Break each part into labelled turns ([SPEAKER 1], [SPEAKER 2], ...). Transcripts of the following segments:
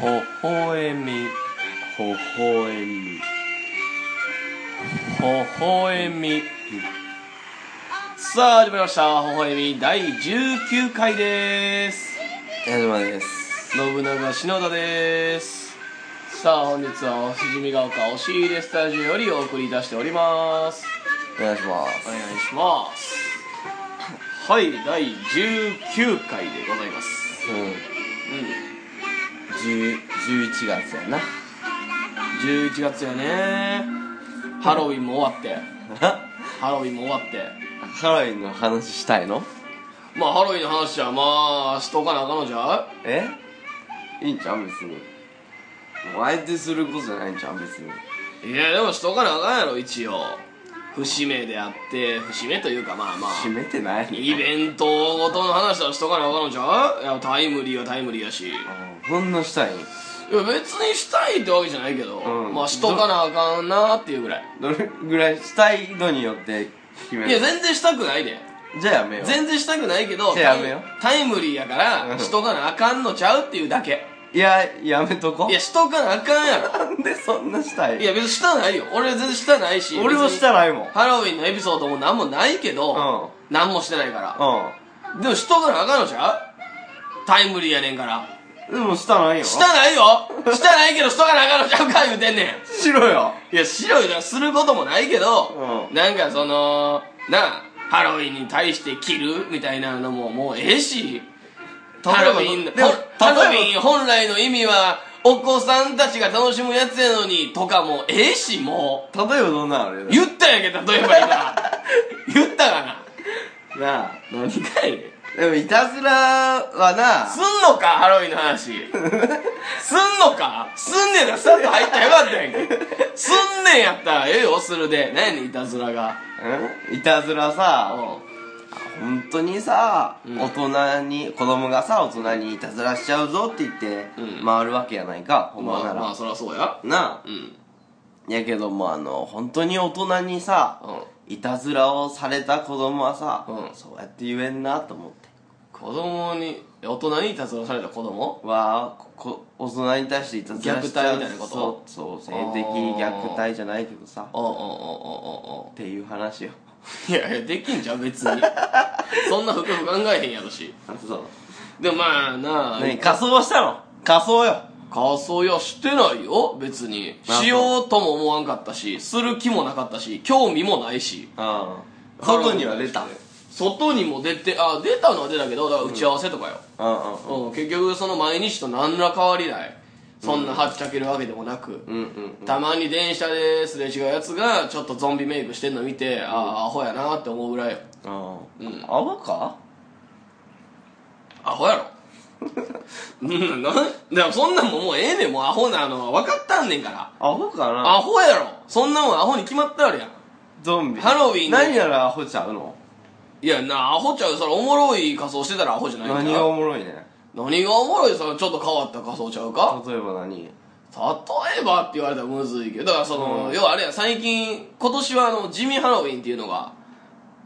[SPEAKER 1] ほほえみ
[SPEAKER 2] ほほえみ
[SPEAKER 1] ほほえみさあ始まりました「ほほえみ」第19回です
[SPEAKER 2] 矢島です
[SPEAKER 1] 信長篠田ですさあ本日はおしじみが丘押し入れスタジオよりお送りいたしております
[SPEAKER 2] お願いしま
[SPEAKER 1] お
[SPEAKER 2] す
[SPEAKER 1] 願いしますはい第19回でございます
[SPEAKER 2] うん
[SPEAKER 1] う
[SPEAKER 2] 10 11月やなん
[SPEAKER 1] 11月やねハロウィンも終わってハロウィンも終わって
[SPEAKER 2] ハロウィンの話したいの
[SPEAKER 1] まあハロウィンの話はまあしとかなあかんのじゃ
[SPEAKER 2] えいいんちゃう別にもう相手することじゃないんちゃう別に
[SPEAKER 1] ういやでもしとかなあかんやろ一応節目であって節目というかまあまあ
[SPEAKER 2] 閉めてない
[SPEAKER 1] イベントごとの話はしとかなあかんのじゃういやタイムリーはタイムリーやしいや
[SPEAKER 2] うんほんのしたいの
[SPEAKER 1] 別にしたいってわけじゃないけど、
[SPEAKER 2] うん
[SPEAKER 1] まあしとかなあかんなっていうぐらい
[SPEAKER 2] どれぐらいしたいのによって決め
[SPEAKER 1] いや
[SPEAKER 2] る
[SPEAKER 1] 全然したくないで
[SPEAKER 2] じゃあやめよう
[SPEAKER 1] 全然したくないけど
[SPEAKER 2] じゃあやめよ
[SPEAKER 1] タイタイムリーやから
[SPEAKER 2] うん
[SPEAKER 1] しとかなあかんのちゃうっていうだけ
[SPEAKER 2] いややめとこ
[SPEAKER 1] いやしとかなあかんや
[SPEAKER 2] なんでそんなした
[SPEAKER 1] ろ
[SPEAKER 2] い
[SPEAKER 1] いや別にしたないよ俺は全然したないし
[SPEAKER 2] 俺もしたないもん
[SPEAKER 1] 別にハロウィンのエピソードも何もないけど、
[SPEAKER 2] うん
[SPEAKER 1] 何もしてないから、
[SPEAKER 2] う
[SPEAKER 1] でもしとかなあかんのちゃうタイムリーやねんから
[SPEAKER 2] んでもしたないよ
[SPEAKER 1] したないよしたないけどしとかなあかんのちゃうか言うてんねん
[SPEAKER 2] しろよ
[SPEAKER 1] いや白いのはすることもないけど、
[SPEAKER 2] う
[SPEAKER 1] なんかそのなあハロウィンに対して着るみたいなのももうええし
[SPEAKER 2] ば
[SPEAKER 1] ハロウィン
[SPEAKER 2] でも
[SPEAKER 1] ほハロ
[SPEAKER 2] 例え
[SPEAKER 1] ウィン本来の意味はお子さんたちが楽しむやつやのにとかもええしも
[SPEAKER 2] 例えばどんなのあれ
[SPEAKER 1] う言ったんやけど例えば 今言ったかな
[SPEAKER 2] なあ
[SPEAKER 1] 何かい
[SPEAKER 2] でもいたずらは
[SPEAKER 1] す
[SPEAKER 2] なん
[SPEAKER 1] のかハロウィンの話すんのかすんねんなさっと入ったらよかったやんけすんねんやったらええよするで何やねんいたずらが
[SPEAKER 2] うんいたずらさ
[SPEAKER 1] うん
[SPEAKER 2] 本当にさ、
[SPEAKER 1] うん
[SPEAKER 2] 大人に子供がさ大人にいたずらしちゃうぞって言って
[SPEAKER 1] うん
[SPEAKER 2] 回るわけやないか、ほん
[SPEAKER 1] ま
[SPEAKER 2] ま
[SPEAKER 1] あ
[SPEAKER 2] なら、
[SPEAKER 1] まあそりゃそうや
[SPEAKER 2] なあ
[SPEAKER 1] うん
[SPEAKER 2] やけどもあの本当に大人にさ、
[SPEAKER 1] うん
[SPEAKER 2] いたずらをされた子供はさ、
[SPEAKER 1] うん
[SPEAKER 2] そうやって言えんなと思って
[SPEAKER 1] 子供に大人にいたずらされた子供
[SPEAKER 2] わあこ大人に対していたずらしちゃう
[SPEAKER 1] 虐待みたいなこと
[SPEAKER 2] そうそう性的虐待じゃないけどさ
[SPEAKER 1] おんおんおんおんおんお
[SPEAKER 2] っていう話よ
[SPEAKER 1] んいやいやできんじゃん別にそんな服考えへんやろし
[SPEAKER 2] あそう
[SPEAKER 1] でもまあなあ、
[SPEAKER 2] 何仮装したの仮装よ
[SPEAKER 1] 仮装やしてないよ別に
[SPEAKER 2] まあ
[SPEAKER 1] しようとも思わんかったしする気もなかったし興味もないし
[SPEAKER 2] ああ外には出た
[SPEAKER 1] 外にも出てあ出たのは出たけどだから打ち合わせとかよ、
[SPEAKER 2] うんうん
[SPEAKER 1] うん結局その毎日と何ら変わりないそんなはっちゃけるわけでもなく、
[SPEAKER 2] うんうん
[SPEAKER 1] たまに電車ですれ違うやつがちょっとゾンビメイクしてんの見て、ああアホやなって思うぐらいよ
[SPEAKER 2] あ
[SPEAKER 1] うん
[SPEAKER 2] あ泡か
[SPEAKER 1] アホやろ うんなんでもそんなんももうええねんもうアホなのは分かったんねんから
[SPEAKER 2] 泡かな
[SPEAKER 1] アホやろそんなもんアホに決まってあるやん
[SPEAKER 2] ゾンビ
[SPEAKER 1] ハロウィンの
[SPEAKER 2] 何やらアホちゃうの
[SPEAKER 1] いやなアホちゃうそれおもろい仮装してたらアホじゃないん
[SPEAKER 2] 何
[SPEAKER 1] ちゃ
[SPEAKER 2] が
[SPEAKER 1] う
[SPEAKER 2] おもろいね
[SPEAKER 1] 何がおもろいそれちょっと変わった仮装ちゃうか
[SPEAKER 2] 例えば何
[SPEAKER 1] 例えばって言われたらむずいけどだからその、
[SPEAKER 2] うん
[SPEAKER 1] 要はあれや最近今年はあの地味ハロウィンっていうのが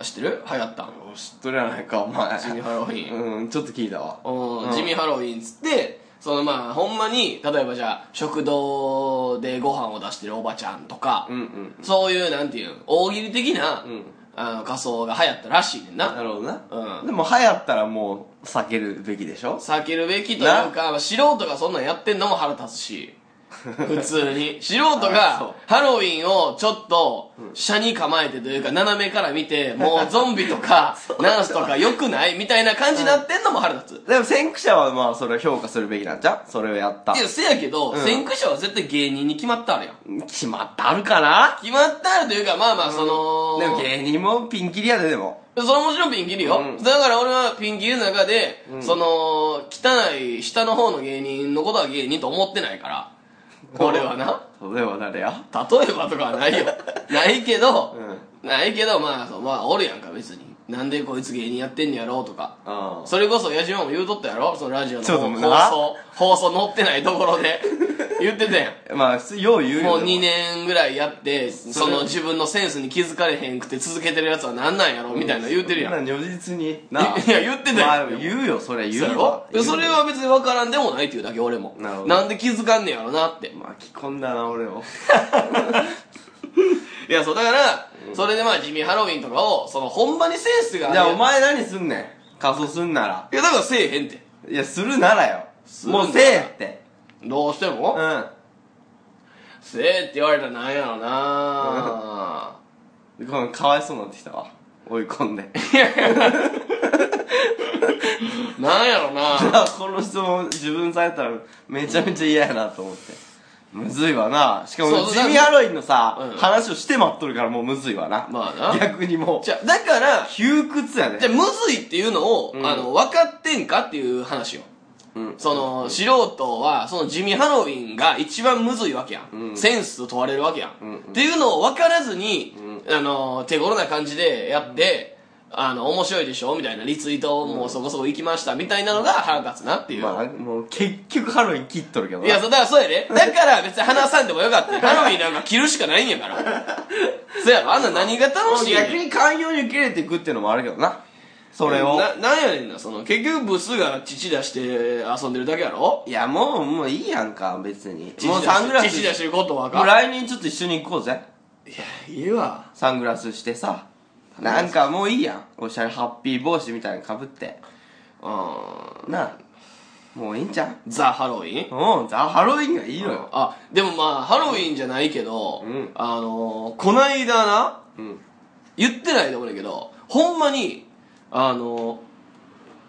[SPEAKER 1] 知ってる流行ったん
[SPEAKER 2] 知っとるやないかお前
[SPEAKER 1] 地味ハロウィン
[SPEAKER 2] うんちょっと聞いたわ
[SPEAKER 1] う、
[SPEAKER 2] うんん
[SPEAKER 1] 地味ハロウィンっつってそのまあほんまに例えばじゃあ食堂でご飯を出してるおばちゃんとか、
[SPEAKER 2] うんうん
[SPEAKER 1] そういうなんていうん大喜利的な、
[SPEAKER 2] うん
[SPEAKER 1] あの仮装が流行ったらしいねんな
[SPEAKER 2] なるほどな
[SPEAKER 1] うん
[SPEAKER 2] でも流行ったらもう避けるべきでしょ
[SPEAKER 1] 避けるべきというか、まあ素人がそんなんやってんのも腹立つ し普通に素人
[SPEAKER 2] あそう
[SPEAKER 1] がハロウィンをちょっと車に構えてというか斜めから見てもうゾンビと かナースとかよくないみたいな感じになってんのも腹立つ
[SPEAKER 2] でも先駆者はまあそれを評価するべきなんじゃうそれをやった
[SPEAKER 1] いや、せやけど、
[SPEAKER 2] うん
[SPEAKER 1] 先駆者は絶対芸人に決まったあるやん。
[SPEAKER 2] 決まったあるかな
[SPEAKER 1] 決まったあるというか、まあまあ、その、
[SPEAKER 2] でも芸人もピンキリやででも
[SPEAKER 1] それはもちろんピンキリよ。
[SPEAKER 2] うん
[SPEAKER 1] だから俺はピンキリの中で、
[SPEAKER 2] うん
[SPEAKER 1] その、汚い下の方の芸人のことは芸人と思ってない から、俺はな。
[SPEAKER 2] 例えば誰や
[SPEAKER 1] 例えばとかはないよ。ないけど、
[SPEAKER 2] うん
[SPEAKER 1] ないけど、まあ、そうまあ、おるやんか、別に。なんでこいつ芸人やってんねやろとか
[SPEAKER 2] あ
[SPEAKER 1] それこそ矢島も言うとったやろそのラジオの
[SPEAKER 2] そうだ
[SPEAKER 1] 放
[SPEAKER 2] な
[SPEAKER 1] 送放送乗ってないところ で言ってたやん
[SPEAKER 2] あまあ普通よう言うよ
[SPEAKER 1] もう
[SPEAKER 2] で
[SPEAKER 1] 2年ぐらいやってそ
[SPEAKER 2] それ
[SPEAKER 1] の自分のセンスに気づかれへんくて続けてるやつはなんなんやろみたいな言うてるやん
[SPEAKER 2] そんな如実になあ
[SPEAKER 1] いや言ってたよ
[SPEAKER 2] まあ言うよそれ言う
[SPEAKER 1] そうや
[SPEAKER 2] わ
[SPEAKER 1] ろそれは別に分からんでもないっていうだけ俺も
[SPEAKER 2] なるほど
[SPEAKER 1] なんで気づかんねやろなって
[SPEAKER 2] 巻き込んだな 俺を
[SPEAKER 1] いやそうだから、それでまあ地味ハロウィンとかをそのほんまにセンスがある
[SPEAKER 2] じゃあ
[SPEAKER 1] やつ
[SPEAKER 2] お前何すんねん仮装すんなら
[SPEAKER 1] いやだからせえへんって
[SPEAKER 2] いやするならよ
[SPEAKER 1] するな
[SPEAKER 2] も
[SPEAKER 1] ら
[SPEAKER 2] うせえって
[SPEAKER 1] どうして
[SPEAKER 2] う
[SPEAKER 1] も、
[SPEAKER 2] ん
[SPEAKER 1] せえって言われたらなんやろ な
[SPEAKER 2] ごめんかわいそうになってきたわ追い込んで
[SPEAKER 1] なんやろ
[SPEAKER 2] じ
[SPEAKER 1] な
[SPEAKER 2] ゃあこの質問自分されたらめちゃめちゃ嫌やなと思ってむずいわなしかも
[SPEAKER 1] そう
[SPEAKER 2] 地味ハロウィンのさ、
[SPEAKER 1] うん
[SPEAKER 2] 話をして待っとるからもうむずいわな
[SPEAKER 1] まあな
[SPEAKER 2] 逆にもう
[SPEAKER 1] じゃあだから
[SPEAKER 2] 窮屈やね
[SPEAKER 1] じゃあむずいっていうのを、
[SPEAKER 2] うん
[SPEAKER 1] あの分かってんかっていう話よ
[SPEAKER 2] うん
[SPEAKER 1] その、素人は、その地味ハロウィンが一番むずいわけやん。
[SPEAKER 2] うん
[SPEAKER 1] センスを問われるわけやん。
[SPEAKER 2] うん
[SPEAKER 1] っていうのを分からずに、あの、手頃な感じでやって、あの、面白いでしょみたいなリツイートもそこそこ行きましたみたいなのが腹立つなっていう。
[SPEAKER 2] まあもう結局ハロウィン切っとるけどない
[SPEAKER 1] や、そう、だからそうやで。だから別に話さんでもよかったよ。ハロウィンなんか着るしかないんやから。そうやろあんな何が楽しいねん
[SPEAKER 2] 逆に寛容に受け入れていくっていうのもあるけどなそれを
[SPEAKER 1] な、なんやねんな、その、結局ブスが乳出して遊んでるだけやろ
[SPEAKER 2] いやもうもういいやんか別に
[SPEAKER 1] 乳出
[SPEAKER 2] もう
[SPEAKER 1] し
[SPEAKER 2] サングラス
[SPEAKER 1] 乳出してることは
[SPEAKER 2] もう
[SPEAKER 1] か。
[SPEAKER 2] 来年ちょっと一緒に行こうぜ
[SPEAKER 1] いや、いいわ。
[SPEAKER 2] サングラスしてさなんかもういいやんおしゃれハッピー帽子みたいなのかぶって
[SPEAKER 1] うん
[SPEAKER 2] なあもういいんじゃん
[SPEAKER 1] ザ・ハロウィン
[SPEAKER 2] うんザ・ハロウィンがいいのよ
[SPEAKER 1] あでもまあハロウィンじゃないけど、
[SPEAKER 2] うん
[SPEAKER 1] あのー、こないだな
[SPEAKER 2] うん
[SPEAKER 1] 言ってないと思うんだけどほんまにあの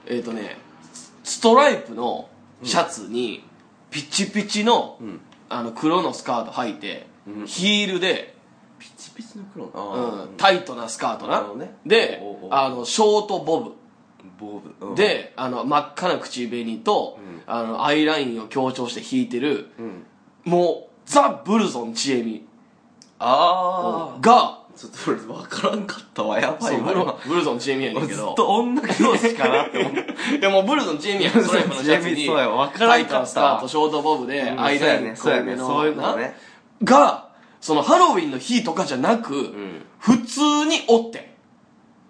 [SPEAKER 1] ー、えっ、とねスストライプのシャツにピチピチの,、
[SPEAKER 2] ん
[SPEAKER 1] あの黒のスカート履いて、
[SPEAKER 2] うん
[SPEAKER 1] ヒールで、
[SPEAKER 2] ピチピチの黒
[SPEAKER 1] う
[SPEAKER 2] の
[SPEAKER 1] ん、タイトなスカート
[SPEAKER 2] な
[SPEAKER 1] な
[SPEAKER 2] るほどね
[SPEAKER 1] で
[SPEAKER 2] おうおう
[SPEAKER 1] あのショートボブ
[SPEAKER 2] ボブうん
[SPEAKER 1] で、あの、真っ赤な口紅と、あの、アイラインを強調して引いてる、
[SPEAKER 2] うん
[SPEAKER 1] もう、ザ・ブルゾンちえみ
[SPEAKER 2] ああ
[SPEAKER 1] が、
[SPEAKER 2] ちょっと俺分からんかったわやば
[SPEAKER 1] そ
[SPEAKER 2] いうわ
[SPEAKER 1] ブルブルゾンちえみやねん
[SPEAKER 2] 俺
[SPEAKER 1] け
[SPEAKER 2] ずっ
[SPEAKER 1] ど。
[SPEAKER 2] と女教師かなって思って
[SPEAKER 1] いやもうブルゾンちえみやん、ストライプのシャツ
[SPEAKER 2] ブルゾンちえみ
[SPEAKER 1] に、
[SPEAKER 2] そうやわから
[SPEAKER 1] タ
[SPEAKER 2] ん
[SPEAKER 1] イ
[SPEAKER 2] かった
[SPEAKER 1] トなスカート、ショートボブで、
[SPEAKER 2] うん
[SPEAKER 1] アイライン
[SPEAKER 2] そうや
[SPEAKER 1] 濃
[SPEAKER 2] ね
[SPEAKER 1] いめの
[SPEAKER 2] そうやねそういうことね
[SPEAKER 1] なが、そのハロウィンの日とかじゃなく、
[SPEAKER 2] ん
[SPEAKER 1] 普通におってん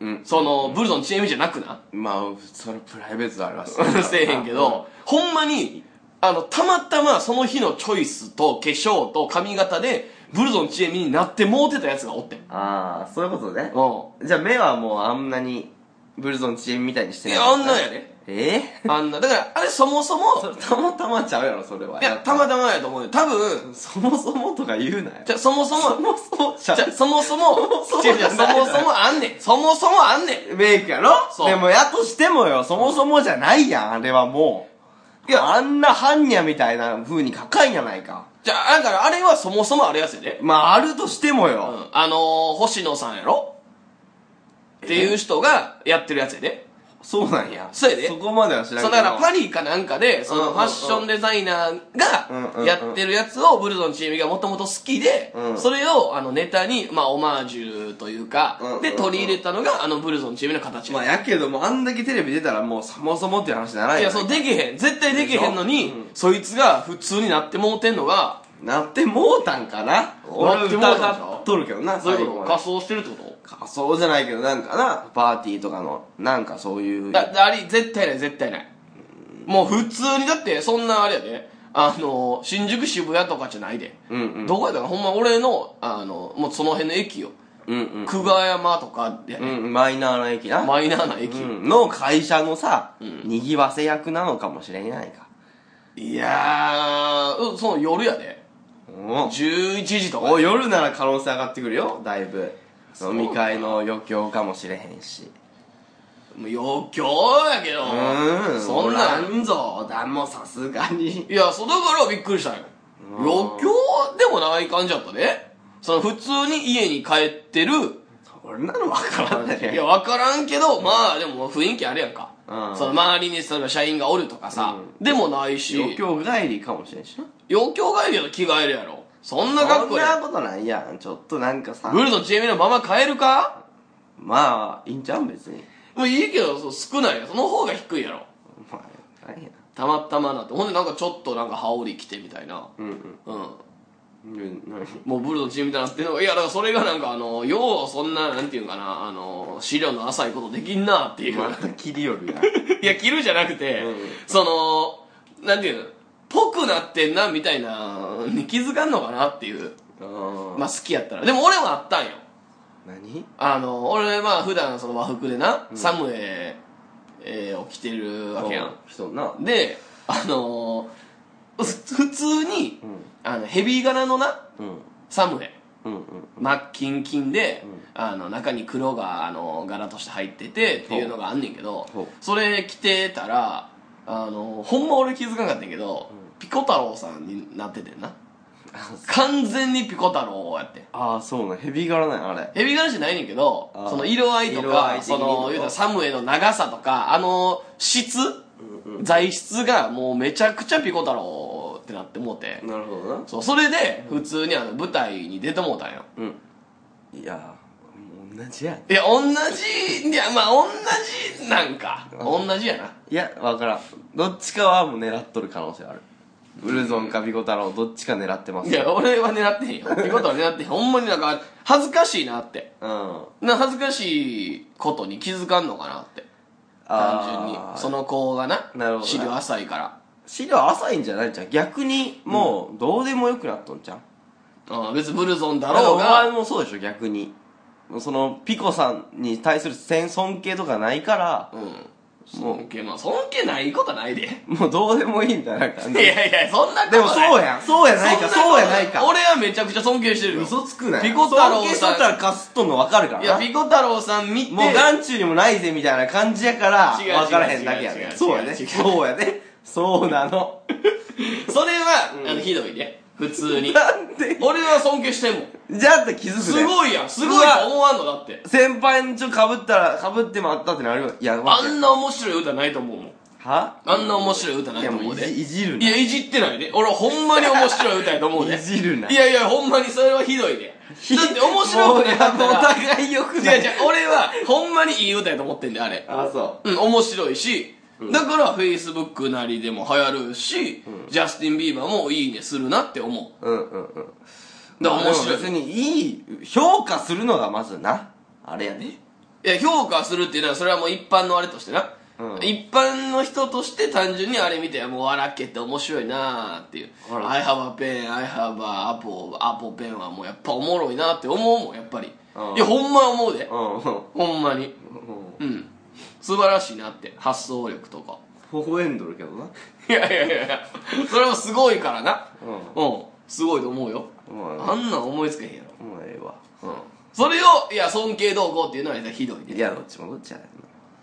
[SPEAKER 2] うん
[SPEAKER 1] その、ブルゾンちえみじゃなく な。
[SPEAKER 2] まあそれプライベートであります
[SPEAKER 1] せえへんけど、ほんまに、あの、たまたまその日のチョイスと化粧と髪型で、ブルゾンちえみになってもうてたやつがおってん。
[SPEAKER 2] ああそういうことね
[SPEAKER 1] う
[SPEAKER 2] じゃあ目はもうあんなにブルゾン遅延みたいにして
[SPEAKER 1] ん。い
[SPEAKER 2] ない
[SPEAKER 1] や、あんなんやで。
[SPEAKER 2] え
[SPEAKER 1] あんな。だから、あれそもそ
[SPEAKER 2] ー、そ
[SPEAKER 1] も、
[SPEAKER 2] れたまたまちゃうやろそれはい
[SPEAKER 1] や、たまたまやと思うよ。多分、
[SPEAKER 2] そもそもとか言うなよ
[SPEAKER 1] じゃ、そもそも、
[SPEAKER 2] もそもち
[SPEAKER 1] じゃ、そもそも、
[SPEAKER 2] そもそも
[SPEAKER 1] 違う違うそもそもあんねん。そもそもあんねん。
[SPEAKER 2] メイクやろ
[SPEAKER 1] そう
[SPEAKER 2] でもやとしてもよそもそもじゃないやんあれはもういやあんな般若みたいな風に書かんやないか
[SPEAKER 1] じゃ、だから、あれはそもそもあるやつやで。
[SPEAKER 2] まああるとしても
[SPEAKER 1] う
[SPEAKER 2] よ、
[SPEAKER 1] ん。あのー、星野さんやろっていう人がやってるやつやで。
[SPEAKER 2] そうなんや
[SPEAKER 1] そうやで
[SPEAKER 2] そこまでは知らん
[SPEAKER 1] そ
[SPEAKER 2] け
[SPEAKER 1] うだ
[SPEAKER 2] ど
[SPEAKER 1] からパリかなんかでそ
[SPEAKER 2] うんうんう
[SPEAKER 1] の
[SPEAKER 2] ん
[SPEAKER 1] ファッションデザイナー
[SPEAKER 2] うんう
[SPEAKER 1] が
[SPEAKER 2] ん
[SPEAKER 1] やってるやつをブルゾンチームがもともと好きで、
[SPEAKER 2] うん
[SPEAKER 1] それをあのネタに、まあ、オマージュというか、
[SPEAKER 2] うんうんうん
[SPEAKER 1] で取り入れたのがあのブルゾンチームの形、
[SPEAKER 2] まあやけどもあんだけテレビ出たらもうそもそもっていう話にならん
[SPEAKER 1] い
[SPEAKER 2] や
[SPEAKER 1] や
[SPEAKER 2] ない
[SPEAKER 1] そう
[SPEAKER 2] か
[SPEAKER 1] できへん絶対できへんのに、
[SPEAKER 2] でしょうん
[SPEAKER 1] そいつが普通になってもうてんのが
[SPEAKER 2] なってもうたんかな俺
[SPEAKER 1] なってもうたんちゃう
[SPEAKER 2] 疑っとるけどな
[SPEAKER 1] そうい
[SPEAKER 2] 最
[SPEAKER 1] うこ
[SPEAKER 2] 後
[SPEAKER 1] と
[SPEAKER 2] ま
[SPEAKER 1] 仮
[SPEAKER 2] で
[SPEAKER 1] 装してるってこと
[SPEAKER 2] 仮装じゃないけどなんかなパーティーとかのなんかそういう
[SPEAKER 1] だだあり絶対ない絶対ないもう普通にだってそんなあれやであの新宿渋谷とかじゃないで、
[SPEAKER 2] うんうん
[SPEAKER 1] どこやったかなほんま俺のあのもうその辺の駅よ
[SPEAKER 2] うんうん
[SPEAKER 1] 久我山とかや
[SPEAKER 2] う
[SPEAKER 1] ね、
[SPEAKER 2] んマイナーな駅な、
[SPEAKER 1] マイナーな駅、
[SPEAKER 2] うんの会社のさ、
[SPEAKER 1] うん
[SPEAKER 2] にぎわせ役なのかもしれないか
[SPEAKER 1] いやーうんその夜やで
[SPEAKER 2] お
[SPEAKER 1] 11時とか
[SPEAKER 2] お夜なら可能性上がってくるよだいぶ飲み会の余興かもしれへんし
[SPEAKER 1] もう余興やけど
[SPEAKER 2] うーん
[SPEAKER 1] そん
[SPEAKER 2] お
[SPEAKER 1] な
[SPEAKER 2] ら
[SPEAKER 1] ん
[SPEAKER 2] んぞだもうさすがに
[SPEAKER 1] いやそうだからびっくりしたんよ
[SPEAKER 2] うん
[SPEAKER 1] 余興でもない感じやったねその普通に家に帰ってる
[SPEAKER 2] 俺なの分からんね
[SPEAKER 1] いや分からんけどまあでも雰囲気あるやんか、
[SPEAKER 2] うん
[SPEAKER 1] その周りにその社員がおるとかさ、でもないし
[SPEAKER 2] 余興帰りかもしれんしな
[SPEAKER 1] 余興帰りやと着替えるやろそんな
[SPEAKER 2] そ
[SPEAKER 1] 格
[SPEAKER 2] ん
[SPEAKER 1] 好で
[SPEAKER 2] なことないやんちょっとなんかさ
[SPEAKER 1] ブルゾンちえみのまま帰るか
[SPEAKER 2] まあ、いいんちゃうん別に。
[SPEAKER 1] もういいけど、そう少ないよ。その方が低いやろ。
[SPEAKER 2] まあ、大変やな。
[SPEAKER 1] たまたまなって。ほんでなんかちょっとなんか羽織着てみたいな。
[SPEAKER 2] うんうん。
[SPEAKER 1] うん。
[SPEAKER 2] うん、何
[SPEAKER 1] もうブルのチームみたいになってんのがいや、だからそれがなんかあの、ようそんな、なんていうんかな、あの、資料の浅いことできんなっていう。
[SPEAKER 2] また切りよるやん。
[SPEAKER 1] いや、着るじゃなくて、
[SPEAKER 2] うん
[SPEAKER 1] その、なんていうの、ぽくなってんな、みたいな、に気づかんのかなっていう。
[SPEAKER 2] あ
[SPEAKER 1] まあ好きやったら。でも俺もあったんよ。
[SPEAKER 2] 何
[SPEAKER 1] あの、俺、まあ普段その和服でな、サムエ、えーを着てるわけやん。
[SPEAKER 2] 人な。
[SPEAKER 1] で、あのーふ普通に、あの、ヘビー柄のな、
[SPEAKER 2] うん。うん。
[SPEAKER 1] サムエ。
[SPEAKER 2] うんうん。
[SPEAKER 1] 真っ金金で、あの中に黒があの柄として入っててっていうのがあんねんけど
[SPEAKER 2] ほう
[SPEAKER 1] それ着てたらあのほんま俺気づかなかったんやけど、ピコ太郎さんになっててんな完全にピコ太郎やってん
[SPEAKER 2] ああ、そうなん。ヘビ柄なんやあれ。
[SPEAKER 1] ヘビ柄じゃないねんけど
[SPEAKER 2] あー
[SPEAKER 1] その色合いと
[SPEAKER 2] 色合
[SPEAKER 1] か
[SPEAKER 2] い的に
[SPEAKER 1] その言うたらサムエの長さとかあの質、材質がもうめちゃくちゃピコ太郎ってなってもうて、
[SPEAKER 2] なるほどな。
[SPEAKER 1] そうそれで普通にあの舞台に出てもうたんよ
[SPEAKER 2] うん。いやー、もう同じやん。
[SPEAKER 1] いや、同じ、いや、まあ、同じなんか。同じやな。
[SPEAKER 2] いや、わからん。どっちかはもう狙っとる可能性ある。ブルゾンかビコ太郎、どっちか狙ってます。
[SPEAKER 1] いや、俺は狙ってへん よ。ってことは狙ってへん。ほんまになんか、恥ずかしいなって。
[SPEAKER 2] うん。あ
[SPEAKER 1] な、恥ずかしいことに気づかんのかなって。単純に。そ
[SPEAKER 2] の、
[SPEAKER 1] の子がな、
[SPEAKER 2] なるほどね
[SPEAKER 1] 資料浅いから。
[SPEAKER 2] 資料浅いんじゃないんじゃん。逆に、もう、どうでもよくなっとんじゃん。
[SPEAKER 1] うん、別にブルゾンだ
[SPEAKER 2] だから
[SPEAKER 1] ろう
[SPEAKER 2] お前
[SPEAKER 1] が、
[SPEAKER 2] もそうでしょ、逆に。その、ピコさんに対する尊尊敬とかないから、
[SPEAKER 1] うん。尊敬、まあ、尊敬ないことはないで。い
[SPEAKER 2] もうどうでもいいんだよ、なんか。で
[SPEAKER 1] やいや、そんなことない。
[SPEAKER 2] もそうやん。そうやないか、
[SPEAKER 1] んこと
[SPEAKER 2] そうやないか。
[SPEAKER 1] 俺はめちゃくちゃ尊敬してるよ。
[SPEAKER 2] 嘘つくなよ。
[SPEAKER 1] ピコ太郎さん
[SPEAKER 2] 尊敬しとったらかすっとんの分かるから
[SPEAKER 1] い
[SPEAKER 2] な。
[SPEAKER 1] や、ピコ太郎さん見て、
[SPEAKER 2] もう眼中にもないぜみたいな感じやから、
[SPEAKER 1] 違う違う
[SPEAKER 2] 分からへんだけやね
[SPEAKER 1] 違う違。う
[SPEAKER 2] そうやね。
[SPEAKER 1] 違う
[SPEAKER 2] そうやね。そうなの。
[SPEAKER 1] それは、あの、ひどいね。普通 に。
[SPEAKER 2] なんで
[SPEAKER 1] 俺は尊敬してんもん。
[SPEAKER 2] じゃあって気づくね。
[SPEAKER 1] すごいやん。すごいと思わんのだって。
[SPEAKER 2] 先輩にちょっと被ったら、被ってもあったってなるよ。いや、
[SPEAKER 1] あ
[SPEAKER 2] 待って
[SPEAKER 1] んな面白い歌ないと思うもん。
[SPEAKER 2] は
[SPEAKER 1] あんな面白い歌ないいと
[SPEAKER 2] や、も
[SPEAKER 1] 思
[SPEAKER 2] う
[SPEAKER 1] う
[SPEAKER 2] い
[SPEAKER 1] で。
[SPEAKER 2] じいじる
[SPEAKER 1] い
[SPEAKER 2] な。
[SPEAKER 1] や、いじってないで。俺ほんまに面白い歌やと思うで。
[SPEAKER 2] いじるない
[SPEAKER 1] やいや、ほんまにそれはひどいで。だって面白くなかっ
[SPEAKER 2] もういやもうお
[SPEAKER 1] たら。
[SPEAKER 2] 互い良く
[SPEAKER 1] い
[SPEAKER 2] な
[SPEAKER 1] や
[SPEAKER 2] い。
[SPEAKER 1] いや、俺はほんまにいい歌やと思ってんで、あれ。
[SPEAKER 2] あ、そ
[SPEAKER 1] うん、面白いし、だから、Facebook なりでも流行るし、ジャスティン・ビーバーもいいねするなって思う。
[SPEAKER 2] う。うんうんうん。
[SPEAKER 1] だから面白い
[SPEAKER 2] でも別にいい、評価するのがまずな。あれやね。
[SPEAKER 1] いや、評価するっていうのは、それはもう一般のあれとしてな。
[SPEAKER 2] うん
[SPEAKER 1] 一般の人として単純にあれ見て、もう笑っけって面白いなーっていう。
[SPEAKER 2] ほら
[SPEAKER 1] I have a pen, I have a apple, apple pen はもうやっぱおもろいなって思うもん、やっぱり
[SPEAKER 2] う。ん
[SPEAKER 1] いや、ほんま思うで
[SPEAKER 2] う。んうん。
[SPEAKER 1] ほんまに。うん。素晴らしいなって、発想力とか。
[SPEAKER 2] 微笑んどるけどな。
[SPEAKER 1] いやいやいやいや、それもすごいからな。
[SPEAKER 2] う
[SPEAKER 1] うん。すごいと思うよ。
[SPEAKER 2] ん。もう、
[SPEAKER 1] あんなん思いつけへんやろ。
[SPEAKER 2] もうええわ。
[SPEAKER 1] うん。それを、いや、尊敬どうこうっていうのはひどいね。
[SPEAKER 2] いや、どっちもどっちやね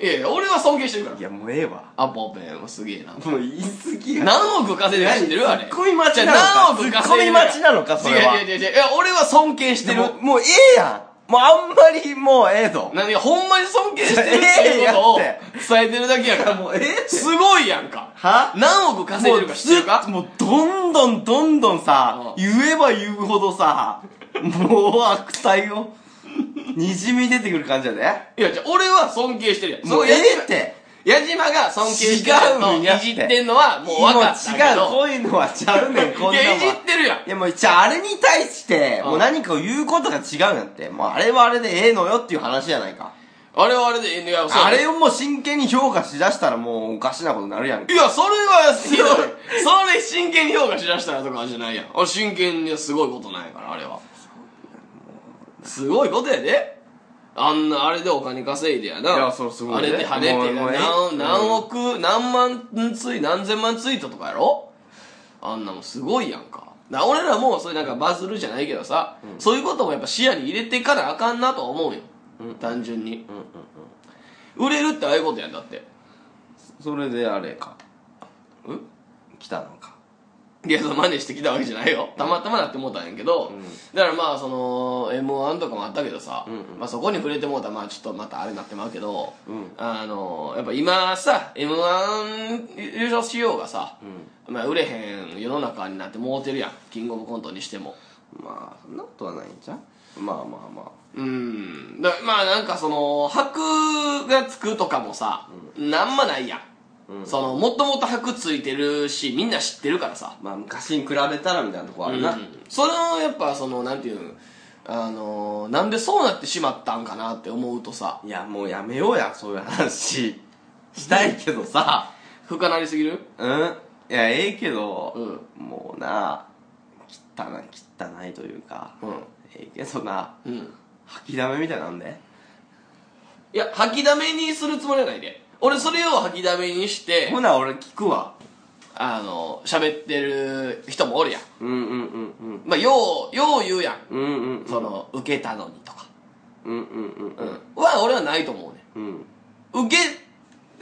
[SPEAKER 1] いやいや、俺は尊敬してるから
[SPEAKER 2] ん。い。や、もうええわ。
[SPEAKER 1] アポペンはすげえな。
[SPEAKER 2] もう言い過ぎや。
[SPEAKER 1] 何億稼いでるか知ってるあれ。
[SPEAKER 2] ツッコミ待ちなの
[SPEAKER 1] 何
[SPEAKER 2] か
[SPEAKER 1] 億稼いでる
[SPEAKER 2] ツッコミ待ちなのかそれは
[SPEAKER 1] 違う違う違う違う。いや、俺は尊敬して
[SPEAKER 2] で
[SPEAKER 1] る。
[SPEAKER 2] も、もうええやん。もうあんまりもうええぞ。
[SPEAKER 1] 何が、ほんまに尊敬してるっていうことを
[SPEAKER 2] ええやっ
[SPEAKER 1] 伝えてるだけやから。
[SPEAKER 2] もうええって
[SPEAKER 1] すごいやんか。
[SPEAKER 2] は
[SPEAKER 1] 何億稼いでるか知ってるか
[SPEAKER 2] もうずっともうどんどんどんどんさ、
[SPEAKER 1] う
[SPEAKER 2] 言えば言うほどさ、もう悪態を、にじみ出てくる感じやで。
[SPEAKER 1] いや、じゃあ俺は尊敬してるやん。
[SPEAKER 2] もうえ
[SPEAKER 1] やじ
[SPEAKER 2] えって。
[SPEAKER 1] 矢島が尊敬してるの
[SPEAKER 2] 違うんや
[SPEAKER 1] い
[SPEAKER 2] って
[SPEAKER 1] じってんのはもう分かったけ
[SPEAKER 2] もう違
[SPEAKER 1] ど。
[SPEAKER 2] う。こういうのはちゃうねん、こん
[SPEAKER 1] い
[SPEAKER 2] な
[SPEAKER 1] や、い
[SPEAKER 2] の
[SPEAKER 1] じ
[SPEAKER 2] は
[SPEAKER 1] っ。てるやん。
[SPEAKER 2] いやもう、じゃああれに対して、
[SPEAKER 1] うん
[SPEAKER 2] もう何かを言うことが違うんやって。もうあれはあれでええのよっていう話じゃないか。
[SPEAKER 1] あれはあれでええのや、そう
[SPEAKER 2] あれをもう真剣に評価しだしたらもうおかしなことになるやん
[SPEAKER 1] い
[SPEAKER 2] け。
[SPEAKER 1] や、それはひどい。それ真剣に評価しだしたらとかじゃないやん。俺真剣にすごいことないから、あれは。すごいことやで。あんな、あれでお金稼いでやな。
[SPEAKER 2] いやそうすご
[SPEAKER 1] あ
[SPEAKER 2] いね
[SPEAKER 1] れで跳ね
[SPEAKER 2] も
[SPEAKER 1] て
[SPEAKER 2] うもうええ
[SPEAKER 1] 何、何億、何万ツイ、何千万ツイートとかやろあんなもんすごいやんか。な俺らもそういうなんかバズるじゃないけどさ、そういうこともやっぱ視野に入れていかなあかんなとは思うよ。単純に。
[SPEAKER 2] うんうんうん。
[SPEAKER 1] 売れるってああいうことやんだって。
[SPEAKER 2] それであれか。
[SPEAKER 1] ん
[SPEAKER 2] 来たのか。
[SPEAKER 1] いや、その真似してきたわけじゃないよ。たまたまなってもうたんやけど、だからまあ、その、M1 とかもあったけどさ、
[SPEAKER 2] ん
[SPEAKER 1] まあそこに触れてもうたら、まあちょっとまたあれになってまうけど、
[SPEAKER 2] うん
[SPEAKER 1] あの、やっぱ今さ、M1 優勝しようがさ、まあ売れへん世の中になってもうてるやん。キングオブコントにしても。
[SPEAKER 2] まあ、そんなことはないんじゃんまあまあまあ
[SPEAKER 1] うんだまあなんかその箔がつくとかもさ、なんまないやん、
[SPEAKER 2] うん
[SPEAKER 1] そのもともと箔ついてるしみんな知ってるからさ
[SPEAKER 2] まあ昔に比べたらみたいなとこあるな、
[SPEAKER 1] うんそれはやっぱそのなんていうのあのーなんでそうなってしまったんかなって思うとさ
[SPEAKER 2] いやもうやめようやそういう話したいけどさ
[SPEAKER 1] 深なりすぎる
[SPEAKER 2] うんいやええけど、
[SPEAKER 1] うん
[SPEAKER 2] もうな汚い汚いというか、
[SPEAKER 1] うん
[SPEAKER 2] ええけどな
[SPEAKER 1] うん
[SPEAKER 2] 吐きだめみたいなんで
[SPEAKER 1] いや吐きだめにするつもりはないで俺それを吐きだめにして
[SPEAKER 2] ほな俺聞くわ
[SPEAKER 1] あの喋ってる人もおるやん
[SPEAKER 2] うんうんうんうん
[SPEAKER 1] まあようよう言うやん
[SPEAKER 2] うんうんうん
[SPEAKER 1] その受けたのにとか
[SPEAKER 2] うんうんうんうん
[SPEAKER 1] は俺はないと思うね
[SPEAKER 2] うん
[SPEAKER 1] 受け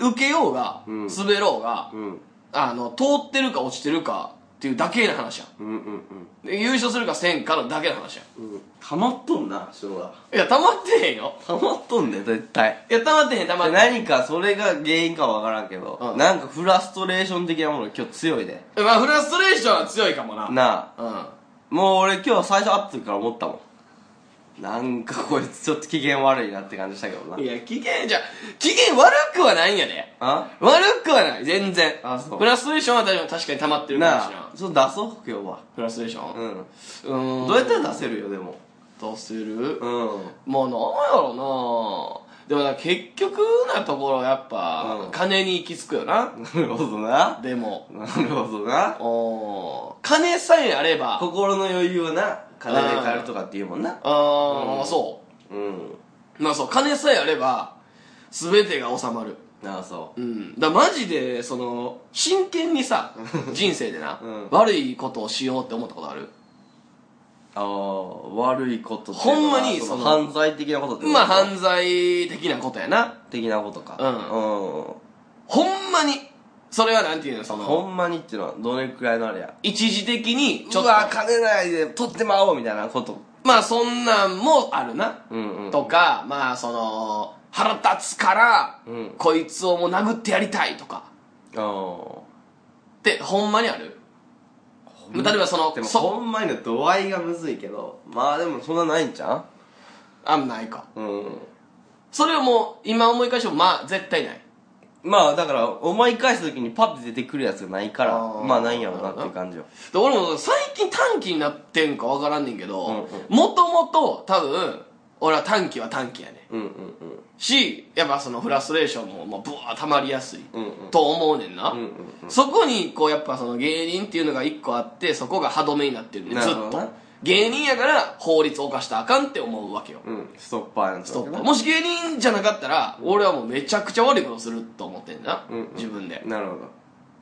[SPEAKER 1] 受けようが、
[SPEAKER 2] うん
[SPEAKER 1] 滑ろうが、
[SPEAKER 2] うん
[SPEAKER 1] あの通ってるか落ちてるかっていうだけの話やん
[SPEAKER 2] うんうん
[SPEAKER 1] で優勝するかせんかのだけの話やん
[SPEAKER 2] うんうんたまっとんな人が
[SPEAKER 1] いや、溜まってへんよ。
[SPEAKER 2] たまっとんね絶対
[SPEAKER 1] いや、溜まってへん、溜まってへん。
[SPEAKER 2] 何かそれが原因かわからんけど、
[SPEAKER 1] うん
[SPEAKER 2] なんかフラストレーション的なものが今日強いで
[SPEAKER 1] まあ、フラストレーションは強いかもな。
[SPEAKER 2] なあ
[SPEAKER 1] うん。
[SPEAKER 2] もう俺今日最初会ってるから思ったもんなんかこいつちょっと機嫌悪いなって感じしたけどない
[SPEAKER 1] や、機嫌じゃ、機嫌悪くはないんやで。
[SPEAKER 2] あ
[SPEAKER 1] 悪くはない、全然。
[SPEAKER 2] あそう
[SPEAKER 1] フラストレーションは確かに確かに溜まってるかも
[SPEAKER 2] な
[SPEAKER 1] しれ
[SPEAKER 2] あ
[SPEAKER 1] ん。
[SPEAKER 2] ちょっと出そう今日は
[SPEAKER 1] フラストレーション
[SPEAKER 2] う
[SPEAKER 1] うんん。
[SPEAKER 2] どうやったら出せるよでも
[SPEAKER 1] どうする
[SPEAKER 2] うん
[SPEAKER 1] もう、なんやろなでもな、結局なところ、やっぱ、
[SPEAKER 2] うん
[SPEAKER 1] 金に行き着くよな。
[SPEAKER 2] なるほどな
[SPEAKER 1] でも、
[SPEAKER 2] なるほどな
[SPEAKER 1] おー金さえあれば、
[SPEAKER 2] 心の余裕はな金で買えるとかって言うもんな
[SPEAKER 1] あー、
[SPEAKER 2] うん
[SPEAKER 1] そ
[SPEAKER 2] うん
[SPEAKER 1] う。まあそう、金さえあれば、すべてが収まる。
[SPEAKER 2] なあそ
[SPEAKER 1] うん、だからマジでその真剣に さ人生でな、
[SPEAKER 2] うん
[SPEAKER 1] 悪いことをしようって思ったことある
[SPEAKER 2] うああ悪いことっていう
[SPEAKER 1] ほん
[SPEAKER 2] のは
[SPEAKER 1] まに
[SPEAKER 2] そ
[SPEAKER 1] その
[SPEAKER 2] の犯罪的なことってこと
[SPEAKER 1] まあ犯罪的なことやな
[SPEAKER 2] 的なことかう
[SPEAKER 1] ほんまにそれはなんていうのそ
[SPEAKER 2] ん
[SPEAKER 1] の
[SPEAKER 2] ほんまにっていうのはどれくらいのあれや
[SPEAKER 1] 一時的に
[SPEAKER 2] ち
[SPEAKER 1] ち
[SPEAKER 2] ょ
[SPEAKER 1] ょ
[SPEAKER 2] っ
[SPEAKER 1] っ
[SPEAKER 2] と
[SPEAKER 1] と
[SPEAKER 2] 金ないで取ってまおうみたいなこと
[SPEAKER 1] まあそんなんもあるな、
[SPEAKER 2] うんうん
[SPEAKER 1] とかまあその腹立つから、
[SPEAKER 2] うん
[SPEAKER 1] こいつをもう殴ってやりたいとか
[SPEAKER 2] あ
[SPEAKER 1] ってほんまにある
[SPEAKER 2] ん
[SPEAKER 1] 例えばそ
[SPEAKER 2] あで
[SPEAKER 1] の
[SPEAKER 2] も
[SPEAKER 1] そ
[SPEAKER 2] ほんまにの度合いがむずいけどまあでもそんなないんじゃん
[SPEAKER 1] あんないか
[SPEAKER 2] うん
[SPEAKER 1] それをもう今思い返してもまあ絶対ない
[SPEAKER 2] まあだから思い返す時にパッて出てくるやつがないから
[SPEAKER 1] あー
[SPEAKER 2] まあないんやろうなっていう感じよ
[SPEAKER 1] で俺も最近短期になってんかわからんねんけど
[SPEAKER 2] うん
[SPEAKER 1] もともと多分俺は短期は短期やね
[SPEAKER 2] うんうん
[SPEAKER 1] しやっぱそのフラストレーションももうブワー溜まりやすい
[SPEAKER 2] うんうん
[SPEAKER 1] と思うねんな、
[SPEAKER 2] うんうん
[SPEAKER 1] そこにこうやっぱその芸人っていうのが一個あってそこが歯止めになってるね
[SPEAKER 2] な
[SPEAKER 1] ず
[SPEAKER 2] る
[SPEAKER 1] っ
[SPEAKER 2] ほどな
[SPEAKER 1] と芸人やから法律を犯したらあかんって思うわけよ
[SPEAKER 2] うんストッパーやん
[SPEAKER 1] ストップもし芸人じゃなかったら俺はもうめちゃくちゃ悪いことすると思ってんな、
[SPEAKER 2] うんうん
[SPEAKER 1] 自分で
[SPEAKER 2] なるほど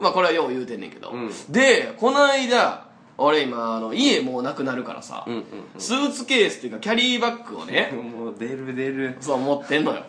[SPEAKER 1] まあこれはよう言うてんねんけど、
[SPEAKER 2] うん
[SPEAKER 1] でこの間俺今あの家もうなくなるからさ、
[SPEAKER 2] うん
[SPEAKER 1] スーツケースっていうかキャリーバッグを
[SPEAKER 2] う
[SPEAKER 1] ね
[SPEAKER 2] んもう出る出る
[SPEAKER 1] そう持ってんのよ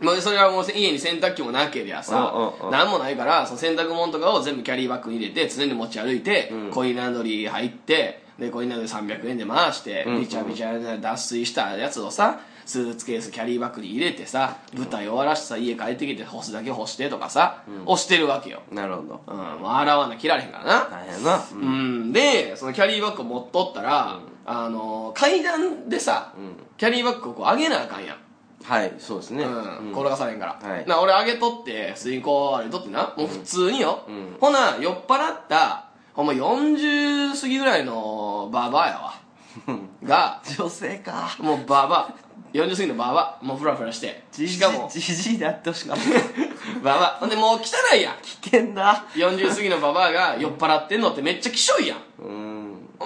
[SPEAKER 1] まあそれはもう家に洗濯機もなけりゃさ
[SPEAKER 2] うんうんうん
[SPEAKER 1] 何もないからその洗濯物とかを全部キャリーバッグに入れて常に持ち歩いて、
[SPEAKER 2] うん
[SPEAKER 1] コインランドリー入ってでコインランドリー300円で回して、
[SPEAKER 2] うんうん
[SPEAKER 1] びちゃびちゃな脱水したやつをさスーツケースキャリーバッグに入れてさ舞台終わらしてさ家帰ってきて干すだけ干してとかさ、押してるわけよ、
[SPEAKER 2] なるほど
[SPEAKER 1] うん、もう洗わなきられへんからな、
[SPEAKER 2] 大変やなうん
[SPEAKER 1] うん、でそのキャリーバッグを持っとったら、あの階段でさ、
[SPEAKER 2] うん
[SPEAKER 1] キャリーバッグをこう上げなあかんやん、
[SPEAKER 2] はいそうですね
[SPEAKER 1] うん
[SPEAKER 2] うん
[SPEAKER 1] 転がされんから、
[SPEAKER 2] はい
[SPEAKER 1] な俺上げとって普通にこう歩いとってなもう普通によ、
[SPEAKER 2] うん
[SPEAKER 1] ほな酔っ払ったほんま40過ぎぐらいのババアやわが
[SPEAKER 2] 女性か
[SPEAKER 1] もうババア40過ぎのババアもうフラフラして
[SPEAKER 2] じ
[SPEAKER 1] しかも
[SPEAKER 2] じじいであってほし かった
[SPEAKER 1] ババアほんでもう汚いやん
[SPEAKER 2] 危険だ
[SPEAKER 1] 40過ぎのババアが酔っ払ってんのってめっちゃきしょいやん
[SPEAKER 2] うー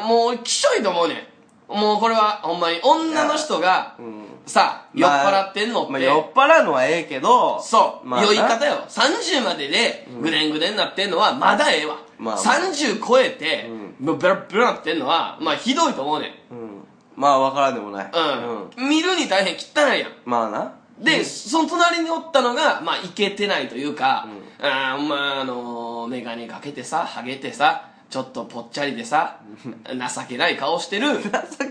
[SPEAKER 2] ん
[SPEAKER 1] もう俺きしょいと思うねんもうこれはほんまに女の人が
[SPEAKER 2] うん
[SPEAKER 1] さ酔っ払ってんのって、
[SPEAKER 2] まあ、酔っ払うのはええけど
[SPEAKER 1] そう、
[SPEAKER 2] まあな
[SPEAKER 1] 酔い方よ30まででぐでんぐでんなってんのはまだええわ、
[SPEAKER 2] まあまあ
[SPEAKER 1] 30超えて、もうベラッベラなってんのはまあひどいと思うねん
[SPEAKER 2] うんまあ分からんでもない
[SPEAKER 1] うん、見るに大変汚いやん
[SPEAKER 2] まあな
[SPEAKER 1] で、その隣におったのがまあいけてないというか、あーまああのー、眼鏡かけてさハゲてさちょっとぽっちゃりでさ情けない顔してる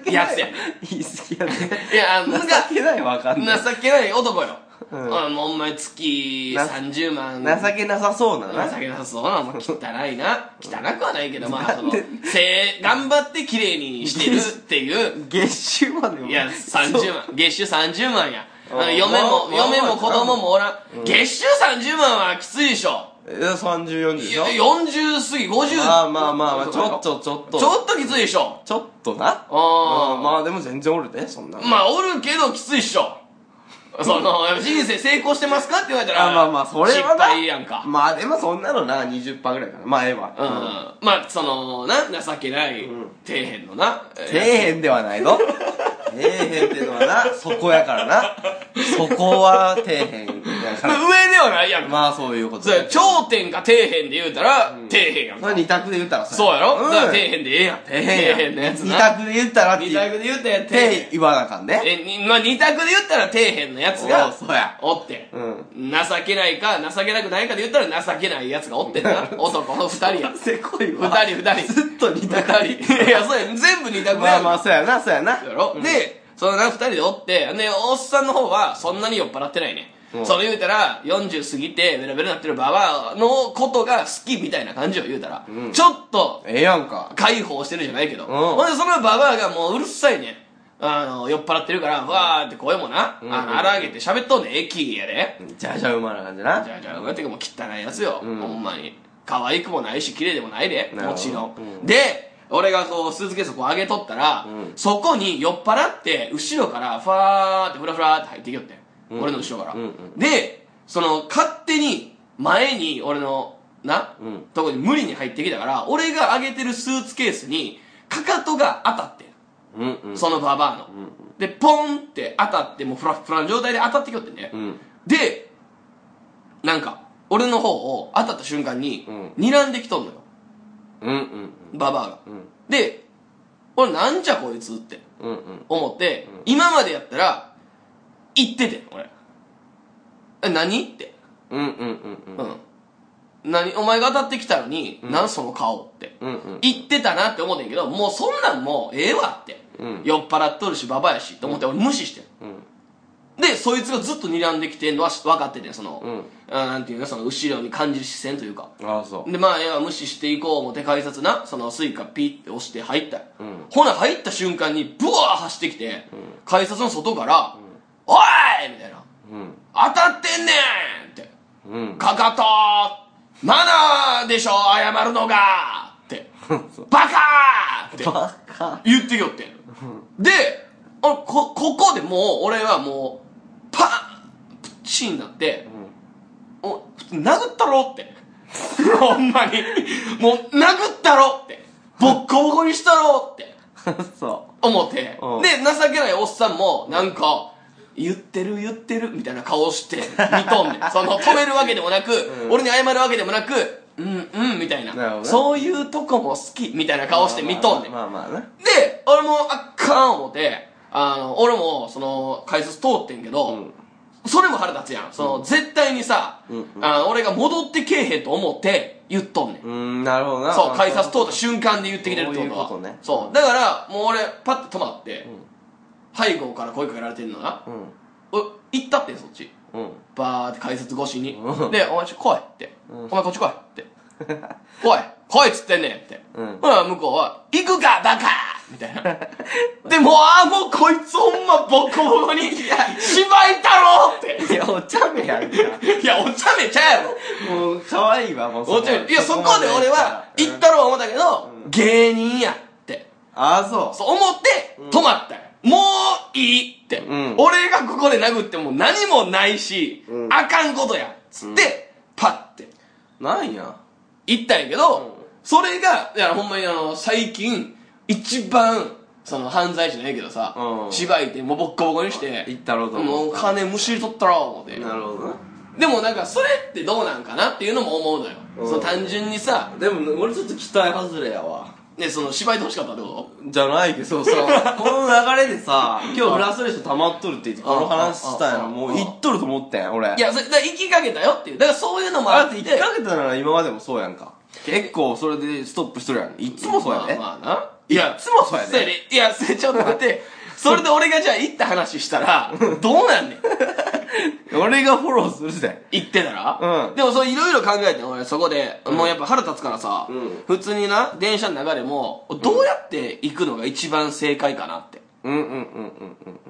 [SPEAKER 1] やつやねん
[SPEAKER 2] 言い過ぎやね
[SPEAKER 1] いやあのが
[SPEAKER 2] 情けないわかんない
[SPEAKER 1] 情けない男よ
[SPEAKER 2] うん
[SPEAKER 1] あもうお前月
[SPEAKER 2] な
[SPEAKER 1] 30万
[SPEAKER 2] 情けなさそうなな
[SPEAKER 1] 情けなさそうなもう汚いな汚くはないけどまあその
[SPEAKER 2] なん
[SPEAKER 1] せ頑張って綺麗にしてるっていう
[SPEAKER 2] 月収までも
[SPEAKER 1] いや30万月収30万や
[SPEAKER 2] うん
[SPEAKER 1] あの嫁も
[SPEAKER 2] まあまあ
[SPEAKER 1] 嫁も子供もおらん月収30万はきついでしょ
[SPEAKER 2] 34で
[SPEAKER 1] い
[SPEAKER 2] し
[SPEAKER 1] や
[SPEAKER 2] ょ
[SPEAKER 1] 40過ぎ50
[SPEAKER 2] まあまあまあまあちょっとちょっと
[SPEAKER 1] ちょっときついでしょ
[SPEAKER 2] ちょっとな
[SPEAKER 1] あー
[SPEAKER 2] うんまあでも全然おるでそんなの
[SPEAKER 1] まあおるけどきついっしょそ の人生成功してますかって言われたら
[SPEAKER 2] あまあまあそれは
[SPEAKER 1] 失
[SPEAKER 2] な
[SPEAKER 1] 敗やんか
[SPEAKER 2] まあでもそんなのな20%ぐらいかなまあええわ
[SPEAKER 1] うん、まあそのな情けない、底辺のな
[SPEAKER 2] 底辺ではないぞ底辺っていうのはなそこやからなそこは底辺やか
[SPEAKER 1] まあ
[SPEAKER 2] ら
[SPEAKER 1] 上ではないやんか、
[SPEAKER 2] まあそういうこと
[SPEAKER 1] それ頂点か底辺で言うたら、底辺やん
[SPEAKER 2] ま
[SPEAKER 1] か
[SPEAKER 2] あ二択で言ったら
[SPEAKER 1] そうやろ、だ
[SPEAKER 2] ん
[SPEAKER 1] から底辺でええやん
[SPEAKER 2] 底辺や
[SPEAKER 1] 底辺のやつ
[SPEAKER 2] 二
[SPEAKER 1] な
[SPEAKER 2] 択で言ったらって
[SPEAKER 1] 二
[SPEAKER 2] いう
[SPEAKER 1] 択で言うたら底
[SPEAKER 2] 手
[SPEAKER 1] 辺
[SPEAKER 2] 言わなあかんね
[SPEAKER 1] えにまあ、二択で言ったら底辺のやつが
[SPEAKER 2] そうそうや
[SPEAKER 1] おって、
[SPEAKER 2] うん
[SPEAKER 1] 情けないか情けなくないかで言ったら情けないやつがおってんな男の二人や
[SPEAKER 2] せこい
[SPEAKER 1] 二人二人
[SPEAKER 2] ずっと二択
[SPEAKER 1] 二人いやそうや全部二択
[SPEAKER 2] ま
[SPEAKER 1] や
[SPEAKER 2] あ
[SPEAKER 1] ん
[SPEAKER 2] まあそうやなそうやな
[SPEAKER 1] やろ、でそのな二人でおってでおっさんの方はそんなに酔っ払ってないね、
[SPEAKER 2] うん
[SPEAKER 1] それ言うたら40過ぎてベラベラになってるババアのことが好きみたいな感じを言うたら、
[SPEAKER 2] うん
[SPEAKER 1] ちょっと
[SPEAKER 2] ええやんか
[SPEAKER 1] 解放してるじゃないけど、
[SPEAKER 2] ん
[SPEAKER 1] ほんでそのババアがもううるさいねあの酔っ払ってるからわーって声もな、
[SPEAKER 2] ん
[SPEAKER 1] あの荒げて喋っとんねん駅やで、
[SPEAKER 2] じゃあじゃあ馬な感じな
[SPEAKER 1] じゃあじゃあ、うん、てかもう汚いやつよ、
[SPEAKER 2] うん
[SPEAKER 1] ほんまに。可愛くもないし、綺麗でもないで、
[SPEAKER 2] なるほ
[SPEAKER 1] も
[SPEAKER 2] ど
[SPEAKER 1] ちろん。
[SPEAKER 2] うん
[SPEAKER 1] で、俺がこう、スーツケースをこう上げとったら、
[SPEAKER 2] うん
[SPEAKER 1] そこに酔っ払って、後ろから、ファーってフラフラって入ってきよって、
[SPEAKER 2] ん
[SPEAKER 1] 俺の後ろから、
[SPEAKER 2] うん
[SPEAKER 1] で、その、勝手に、前に、俺の、な、
[SPEAKER 2] うん
[SPEAKER 1] とこに無理に入ってきたから、俺が上げてるスーツケースに、かかとが当たってん。
[SPEAKER 2] うんうん
[SPEAKER 1] そのババアの、
[SPEAKER 2] んうん
[SPEAKER 1] で、ポンって当たって、もうフラフラの状態で当たってきよってね。
[SPEAKER 2] うん
[SPEAKER 1] でなんか俺の方を当たった瞬間に、
[SPEAKER 2] うん
[SPEAKER 1] 睨んできとんのよ
[SPEAKER 2] うんうん
[SPEAKER 1] ババアが、
[SPEAKER 2] うん
[SPEAKER 1] で俺なんじゃこいつって
[SPEAKER 2] うんうん
[SPEAKER 1] 思って、今までやったら言ってて俺え何って
[SPEAKER 2] うんうんうんうん
[SPEAKER 1] うん何お前が当たってきたのに、なんその顔って、
[SPEAKER 2] うんうん
[SPEAKER 1] 言ってたなって思うねんけどもうそんなんもうええわって、
[SPEAKER 2] うん
[SPEAKER 1] 酔っ払っとるしババアやしと思って俺無視してん
[SPEAKER 2] うん
[SPEAKER 1] でそいつがずっと睨んできてんのは分かっててその、
[SPEAKER 2] うん
[SPEAKER 1] あなんていうのその後ろに感じる視線というか
[SPEAKER 2] ああそう
[SPEAKER 1] でまあいや無視していこう思って改札なそのスイカピッて押して入った、
[SPEAKER 2] うん
[SPEAKER 1] ほな入った瞬間にブワー走ってきて、改札の外から「おい!」みたいな
[SPEAKER 2] うん
[SPEAKER 1] 「当たってんねん!」って
[SPEAKER 2] う
[SPEAKER 1] 「
[SPEAKER 2] ん
[SPEAKER 1] かかとマナーでしょ謝るのが!」って
[SPEAKER 2] そう
[SPEAKER 1] 「バカー!」って
[SPEAKER 2] バカ
[SPEAKER 1] 言ってきよってであこここでもう俺はもうパンプチンになって、お普通殴ったろって ほんまにもう殴ったろってボッコボコにしたろって
[SPEAKER 2] そ
[SPEAKER 1] 思ってで
[SPEAKER 2] うん
[SPEAKER 1] 情けないおっさんもなんか言ってる言ってるみたいな顔して見とんね んその止めるわけでもなく、
[SPEAKER 2] ん
[SPEAKER 1] 俺に謝るわけでもなくうんうんみたいな
[SPEAKER 2] なるほどね
[SPEAKER 1] そういうとこも好きみたいな
[SPEAKER 2] う
[SPEAKER 1] 顔して見とんねん、
[SPEAKER 2] まあまあまあな
[SPEAKER 1] で、俺もあっかん思って、あの、俺も、その、改札通ってんけど、
[SPEAKER 2] うん
[SPEAKER 1] それも腹立つやん。その、絶対にさ、
[SPEAKER 2] うんうん
[SPEAKER 1] あの俺が戻ってけえへんと思って言っとんねん。
[SPEAKER 2] うーんなるほどな
[SPEAKER 1] そう、改札通
[SPEAKER 2] と
[SPEAKER 1] った瞬間で言ってきてるってことは。
[SPEAKER 2] そういうことね
[SPEAKER 1] そう。だから、もう俺、パッと止まって、背後から声かけられてんのな。
[SPEAKER 2] うん
[SPEAKER 1] お行ったってん、そっち。
[SPEAKER 2] うん
[SPEAKER 1] バーって改札越しに。
[SPEAKER 2] うん
[SPEAKER 1] で、お前ちょ、来いって。
[SPEAKER 2] うん
[SPEAKER 1] お前こっち来いって。来い来いっつってんねんって。
[SPEAKER 2] うん
[SPEAKER 1] ほら、向こうは、行くかバカみたいな。で、もう、あーもうこいつほんまボコボコに、しまいたろって。
[SPEAKER 2] いやお茶目やんか
[SPEAKER 1] いや、お茶目ちゃうやろ。
[SPEAKER 2] もう可愛いわもう
[SPEAKER 1] お
[SPEAKER 2] こ
[SPEAKER 1] 茶目。いや、そこで俺は、
[SPEAKER 2] うん
[SPEAKER 1] 行ったろう思ったけど、
[SPEAKER 2] うん
[SPEAKER 1] 芸人やって。
[SPEAKER 2] ああそう
[SPEAKER 1] そう思って、止まったよ。もういいって、
[SPEAKER 2] うん
[SPEAKER 1] 俺がここで殴っても何もないし、
[SPEAKER 2] うん
[SPEAKER 1] あかんことや。つって、パッて。
[SPEAKER 2] なんや
[SPEAKER 1] 行ったんやけど、
[SPEAKER 2] うん
[SPEAKER 1] それが、だからほんまにあの、最近、一番、その犯罪じゃないけどさ、
[SPEAKER 2] うん
[SPEAKER 1] しばいてもうボッコボコにして、
[SPEAKER 2] 行ったろうと
[SPEAKER 1] もう金むしり取ったら思って。
[SPEAKER 2] なるほどな
[SPEAKER 1] でもなんか、それってどうなんかなっていうのも思うのよ。
[SPEAKER 2] うん
[SPEAKER 1] その単純にさ、
[SPEAKER 2] でも俺ちょっと期待外れやわ
[SPEAKER 1] ね、その、しばいてほしかったってこと
[SPEAKER 2] じゃない けどさこの流れでさ今日フラストレーション溜まっとるって言ってこの話したん
[SPEAKER 1] ああ
[SPEAKER 2] や
[SPEAKER 1] あ
[SPEAKER 2] もう行っとると思ってん俺
[SPEAKER 1] いや、それ、だから行きかけたよっていう。だからそういうのも
[SPEAKER 2] あ
[SPEAKER 1] あっ
[SPEAKER 2] っ
[SPEAKER 1] てて。
[SPEAKER 2] 1ヶ月なら今までもそうやんか結構それでストップしとるやんいつもそうやね、
[SPEAKER 1] まあまあな。いや、
[SPEAKER 2] いつもそうやね
[SPEAKER 1] いや、それちょっと待って、それで俺がじゃあ行った話したら、どうなんねん。
[SPEAKER 2] 俺がフォローするぜ。
[SPEAKER 1] 言ってたら、
[SPEAKER 2] うん
[SPEAKER 1] でもそういろいろ考えて俺そこで、もうやっぱ腹立つからさ、
[SPEAKER 2] うん
[SPEAKER 1] 普通にな電車の中でもどうやって行くのが一番正解かなって、
[SPEAKER 2] うんうんうんう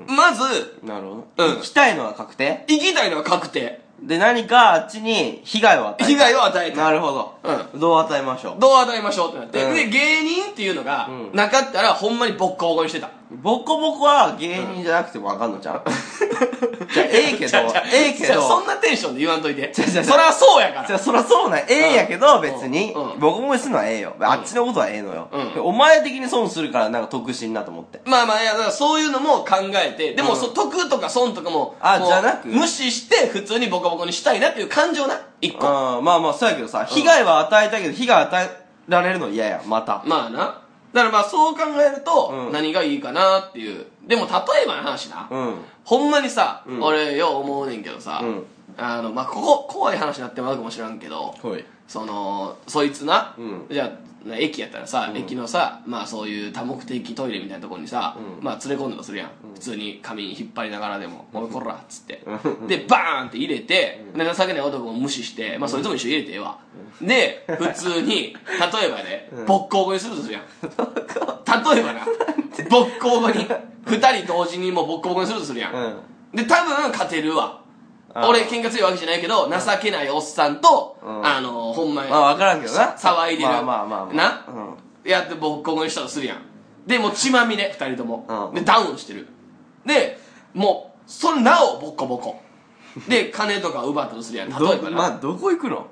[SPEAKER 2] んうん
[SPEAKER 1] まず
[SPEAKER 2] うん。なるほど。
[SPEAKER 1] うん
[SPEAKER 2] 行きたいのは確定
[SPEAKER 1] 行きたいのは確定
[SPEAKER 2] で、何かあっちに被害を与えたい
[SPEAKER 1] 被害を与えたい
[SPEAKER 2] なるほど。どう与えましょ
[SPEAKER 1] どう与えましょうってなって、
[SPEAKER 2] うん
[SPEAKER 1] で芸人っていうのが
[SPEAKER 2] うん
[SPEAKER 1] なかったらほんまにボッコボコにしてた
[SPEAKER 2] う。ボコボコは芸人じゃなくてもわかんのじ ゃん。じゃあ、ええけ
[SPEAKER 1] じ
[SPEAKER 2] ど
[SPEAKER 1] ゃあじゃあ、
[SPEAKER 2] ええけ
[SPEAKER 1] じゃあそ
[SPEAKER 2] ど
[SPEAKER 1] ん。なテンションで言わんといて
[SPEAKER 2] じゃあじゃあ
[SPEAKER 1] そりゃそうやか
[SPEAKER 2] じ
[SPEAKER 1] ら
[SPEAKER 2] ゃあ、そらそうなん。ええやけ
[SPEAKER 1] うん
[SPEAKER 2] ど、別に
[SPEAKER 1] う。ん
[SPEAKER 2] ボコボコにするのはええよ。あっちのことはええのよ
[SPEAKER 1] うん。
[SPEAKER 2] でお前的に損するから、なんか得心なと思って。
[SPEAKER 1] まあまあいやだからそういうのも考えてでも、
[SPEAKER 2] うん
[SPEAKER 1] そ得とか損とかも
[SPEAKER 2] あ
[SPEAKER 1] こう
[SPEAKER 2] じゃなく
[SPEAKER 1] 無視して普通にボコボコにしたいなっていう感情な一個
[SPEAKER 2] うん、まあまあ、そうやけどさ、被害は与えたいけど、被害与えられるの嫌や、また。
[SPEAKER 1] まあな。だからまあそう考えると
[SPEAKER 2] う、ん
[SPEAKER 1] 何がいいかなっていう。でも例えばの話な。
[SPEAKER 2] うん。
[SPEAKER 1] ほんまにさ、
[SPEAKER 2] うん
[SPEAKER 1] 俺よう思うねんけどさ、
[SPEAKER 2] うん
[SPEAKER 1] あの、まあここ、怖い話になってまうかもしらんけど、
[SPEAKER 2] ほい。
[SPEAKER 1] その、そいつな、
[SPEAKER 2] うん
[SPEAKER 1] じゃあ、駅やったらさ、駅のさ、まあそういう多目的トイレみたいなとこにさ、
[SPEAKER 2] うん
[SPEAKER 1] まあ連れ込んでもするやん。普通に髪に引っ張りながらでも、おいこらっつって。で、バーンって入れて、で、情けない男を無視して、まあそいつも一緒に入れてええわ。で、普通 に、例えばね、ボッコボコにするとするやん。例えばな、ボッコボコに、二人同時にもうボッコボコにするとするやん。
[SPEAKER 2] うん。
[SPEAKER 1] で、多分勝てるわ。
[SPEAKER 2] あー
[SPEAKER 1] 俺喧嘩強いわけじゃないけど、情けないおっさんと、
[SPEAKER 2] うん
[SPEAKER 1] あの、ほんまに
[SPEAKER 2] まあ、わからんけどな。
[SPEAKER 1] 騒いでる
[SPEAKER 2] まあまあまあまあ。
[SPEAKER 1] な
[SPEAKER 2] うん。
[SPEAKER 1] やってボッコボコにしたとするやん。で、もう血まみれ、二人とも。
[SPEAKER 2] うん
[SPEAKER 1] で、ダウンしてる。で、もう、それなおボッコボコ。で、金とか奪ったとするやん。例えば
[SPEAKER 2] ど
[SPEAKER 1] な。
[SPEAKER 2] まあ、どこ行くのん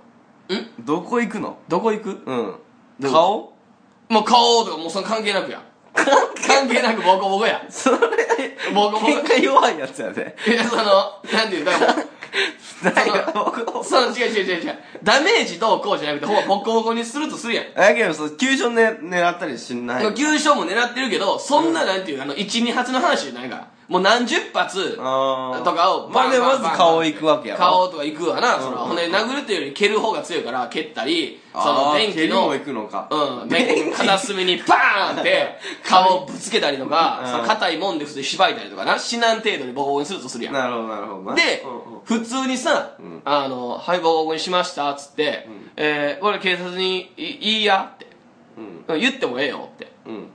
[SPEAKER 2] どこ行くの
[SPEAKER 1] どこ行く
[SPEAKER 2] うん
[SPEAKER 1] どう
[SPEAKER 2] 顔
[SPEAKER 1] もう顔とかもうその関係なくや。関係なくボコボコや。
[SPEAKER 2] そ れ、
[SPEAKER 1] ボコボコ
[SPEAKER 2] 喧嘩弱いやつやで。
[SPEAKER 1] いや、その、なんていうんだろう。
[SPEAKER 2] ないよ、僕。
[SPEAKER 1] その、違う違う違う違う。ダメージどうこうじゃなくて、ほぼボコボコにするとするやん。
[SPEAKER 2] だけど、そう、急所ね、狙ったりしない。
[SPEAKER 1] でも優勝も狙ってるけど、そんななんていう、あの、1、2発の話じゃないから。もう何十発と
[SPEAKER 2] あー
[SPEAKER 1] かを
[SPEAKER 2] まあでもまず顔行くわけやろ
[SPEAKER 1] 顔とか行くわな。その
[SPEAKER 2] うん
[SPEAKER 1] ほんで、殴るっていうより蹴る方が強いから、蹴ったり、そ
[SPEAKER 2] あ
[SPEAKER 1] の
[SPEAKER 2] ー
[SPEAKER 1] 電
[SPEAKER 2] 蹴
[SPEAKER 1] 気
[SPEAKER 2] り
[SPEAKER 1] の
[SPEAKER 2] も、行くのか。
[SPEAKER 1] うん、
[SPEAKER 2] 電
[SPEAKER 1] 電気の片隅にバーンって 顔ぶつけたりとか、
[SPEAKER 2] うん
[SPEAKER 1] その硬いもんで普通に縛いたりとかな、死なん程度にボコボコにするとするやん。
[SPEAKER 2] なるほど、なるほどな。
[SPEAKER 1] で
[SPEAKER 2] うん
[SPEAKER 1] 普
[SPEAKER 2] うん、
[SPEAKER 1] 通にさ、
[SPEAKER 2] ん
[SPEAKER 1] あの、はい、ボコボコにしました、つって、
[SPEAKER 2] ん
[SPEAKER 1] えー、これ警察にいいいやって、
[SPEAKER 2] うん。
[SPEAKER 1] 言ってもええよって。
[SPEAKER 2] うん。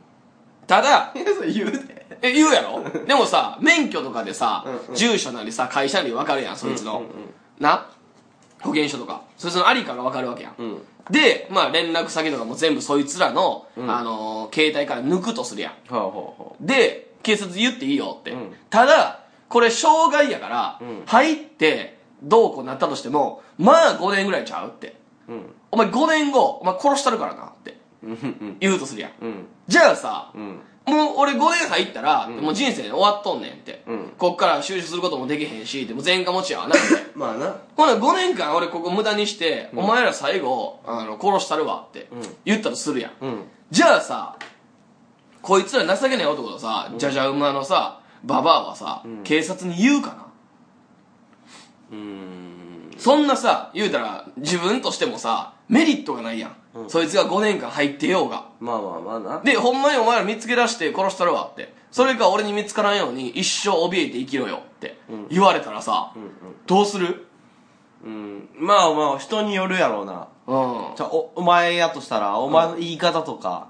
[SPEAKER 1] ただ、
[SPEAKER 2] いや、それ言うで。
[SPEAKER 1] え、言うや ろでもさ、免許とかでさ、
[SPEAKER 2] うんうん
[SPEAKER 1] 住所なりさ、会社なり分かるやん、そいつの。
[SPEAKER 2] うんうんうん
[SPEAKER 1] な保険証とか。そいつのありかが分かるわけやん。
[SPEAKER 2] うん。
[SPEAKER 1] で、まあ連絡先とかも全部そいつらの、
[SPEAKER 2] うん
[SPEAKER 1] あのー携帯から抜くとするやん。
[SPEAKER 2] ほうほうほ
[SPEAKER 1] で、警察言っていいよって。
[SPEAKER 2] うん
[SPEAKER 1] ただ、これ障害やから、
[SPEAKER 2] うん
[SPEAKER 1] 入ってどうこうなったとしても、まあ5年ぐらいちゃうって。
[SPEAKER 2] う。うん。
[SPEAKER 1] お前5年後、お前殺したるからなって
[SPEAKER 2] うんうん。
[SPEAKER 1] 言うとするやん。
[SPEAKER 2] うん。
[SPEAKER 1] じゃあさ、
[SPEAKER 2] うん。
[SPEAKER 1] もう俺5年入ったら、もう人生終わっとんねんって。
[SPEAKER 2] うん
[SPEAKER 1] こっから就職することもできへんし、でも前科持ちやわなって。
[SPEAKER 2] まあな。
[SPEAKER 1] ほな5年間俺ここ無駄にして、お前ら最後、あの、殺したるわって
[SPEAKER 2] うん
[SPEAKER 1] 言ったとするやん。
[SPEAKER 2] うん。
[SPEAKER 1] じゃあさ、こいつら情けない男とさ、じゃじゃ馬のさ、ババアはさ、
[SPEAKER 2] ん
[SPEAKER 1] 警察に言うかな
[SPEAKER 2] うーん。
[SPEAKER 1] そんなさ、言うたら自分としてもさ、メリットがないやん。
[SPEAKER 2] うん
[SPEAKER 1] そいつが5年間入ってようが。
[SPEAKER 2] まあまあまあな。
[SPEAKER 1] で、ほんまにお前ら見つけ出して殺したるわって。それか俺に見つからんように一生怯えて生きろよって
[SPEAKER 2] うん
[SPEAKER 1] 言われたらさ、
[SPEAKER 2] うん
[SPEAKER 1] どうする
[SPEAKER 2] うん。うん。まあまあ、人によるやろうな。
[SPEAKER 1] うん。うん。
[SPEAKER 2] じゃあおお前やとしたらお前の言い方とか、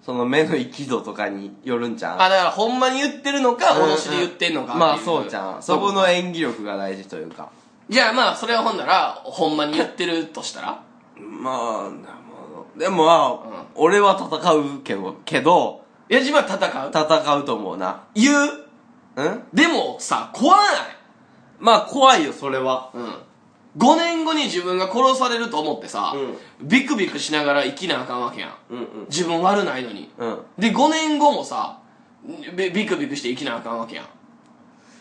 [SPEAKER 2] その目の生き度とかによるんじゃん
[SPEAKER 1] あ、だからほんまに言ってるのか、
[SPEAKER 2] うんうん
[SPEAKER 1] 脅しで言ってんのかってい
[SPEAKER 2] まあそうじゃんそこ
[SPEAKER 1] う
[SPEAKER 2] の演技力が大事というか
[SPEAKER 1] じゃあまあ、それはほんなら、ほんまに言ってるとしたら
[SPEAKER 2] まあなるほどでもまあ、俺は戦うけどけど
[SPEAKER 1] いや、自分は戦う。
[SPEAKER 2] 戦うと思うな
[SPEAKER 1] 言う。
[SPEAKER 2] うん
[SPEAKER 1] でもさ、怖ない。
[SPEAKER 2] まあ怖いよそれは
[SPEAKER 1] うん。5年後に自分が殺されると思ってさ、ビクビクしながら生きなあかんわけやん。
[SPEAKER 2] うんうん
[SPEAKER 1] 自分悪ないのに。
[SPEAKER 2] うん
[SPEAKER 1] で、5年後もさ、ビビクビクして生きなあかんわけやん。っ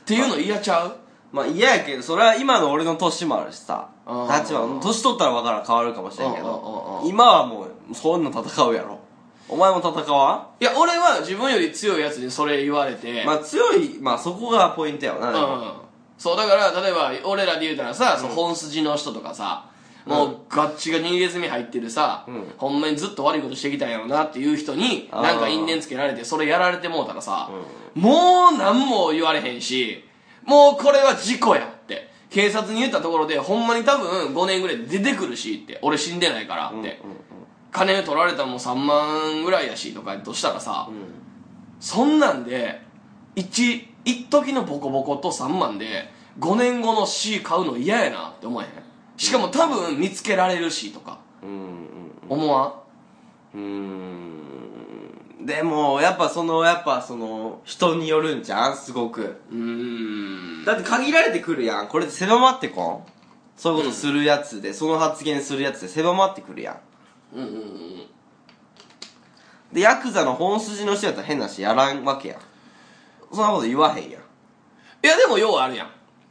[SPEAKER 1] ていうの嫌ちゃう
[SPEAKER 2] まあ嫌やけどそれは今の俺の年もあるしさ
[SPEAKER 1] あー
[SPEAKER 2] 立場年取ったら分からん変わるかもしれんけ
[SPEAKER 1] うんうん
[SPEAKER 2] ど
[SPEAKER 1] うんうん
[SPEAKER 2] 今はもうそんな戦うやろお前も戦わ
[SPEAKER 1] いや、俺は自分より強いやつにそれ言われて、
[SPEAKER 2] んまあ強いまあそこがポイントやわなでも
[SPEAKER 1] うん。そう、だから、例えば、俺らで言うたらさ、その本筋の人とかさ、もう、ガッチガチに入れ墨入ってるさ、
[SPEAKER 2] うん
[SPEAKER 1] ほんまにずっと悪いことしてきたんやろなっていう人に、
[SPEAKER 2] あー
[SPEAKER 1] なんか因縁つけられて、それやられてもうたらさ、もう何も言われへんし、もうこれは事故やって。警察に言ったところでほんまに多分5年ぐらいで出てくるしって俺死んでないからって、金取られたのも3万ぐらいやしとかとしたらさ、そんなんで一一時のボコボコと3万で5年後の C 買うの嫌やなって思えへんしかも多分見つけられるしとか
[SPEAKER 2] うん
[SPEAKER 1] 思わん
[SPEAKER 2] うんでもやっぱそのやっぱその人によるんじゃんすごく
[SPEAKER 1] うーん
[SPEAKER 2] だって限られてくるやんこれで狭まってこんそういうことするやつで、その発言するやつで狭まってくるやん
[SPEAKER 1] うんうんうん
[SPEAKER 2] でヤクザの本筋の人やったら変なしやらんわけやんそんなこと言わへんやん
[SPEAKER 1] いやでもようあるやん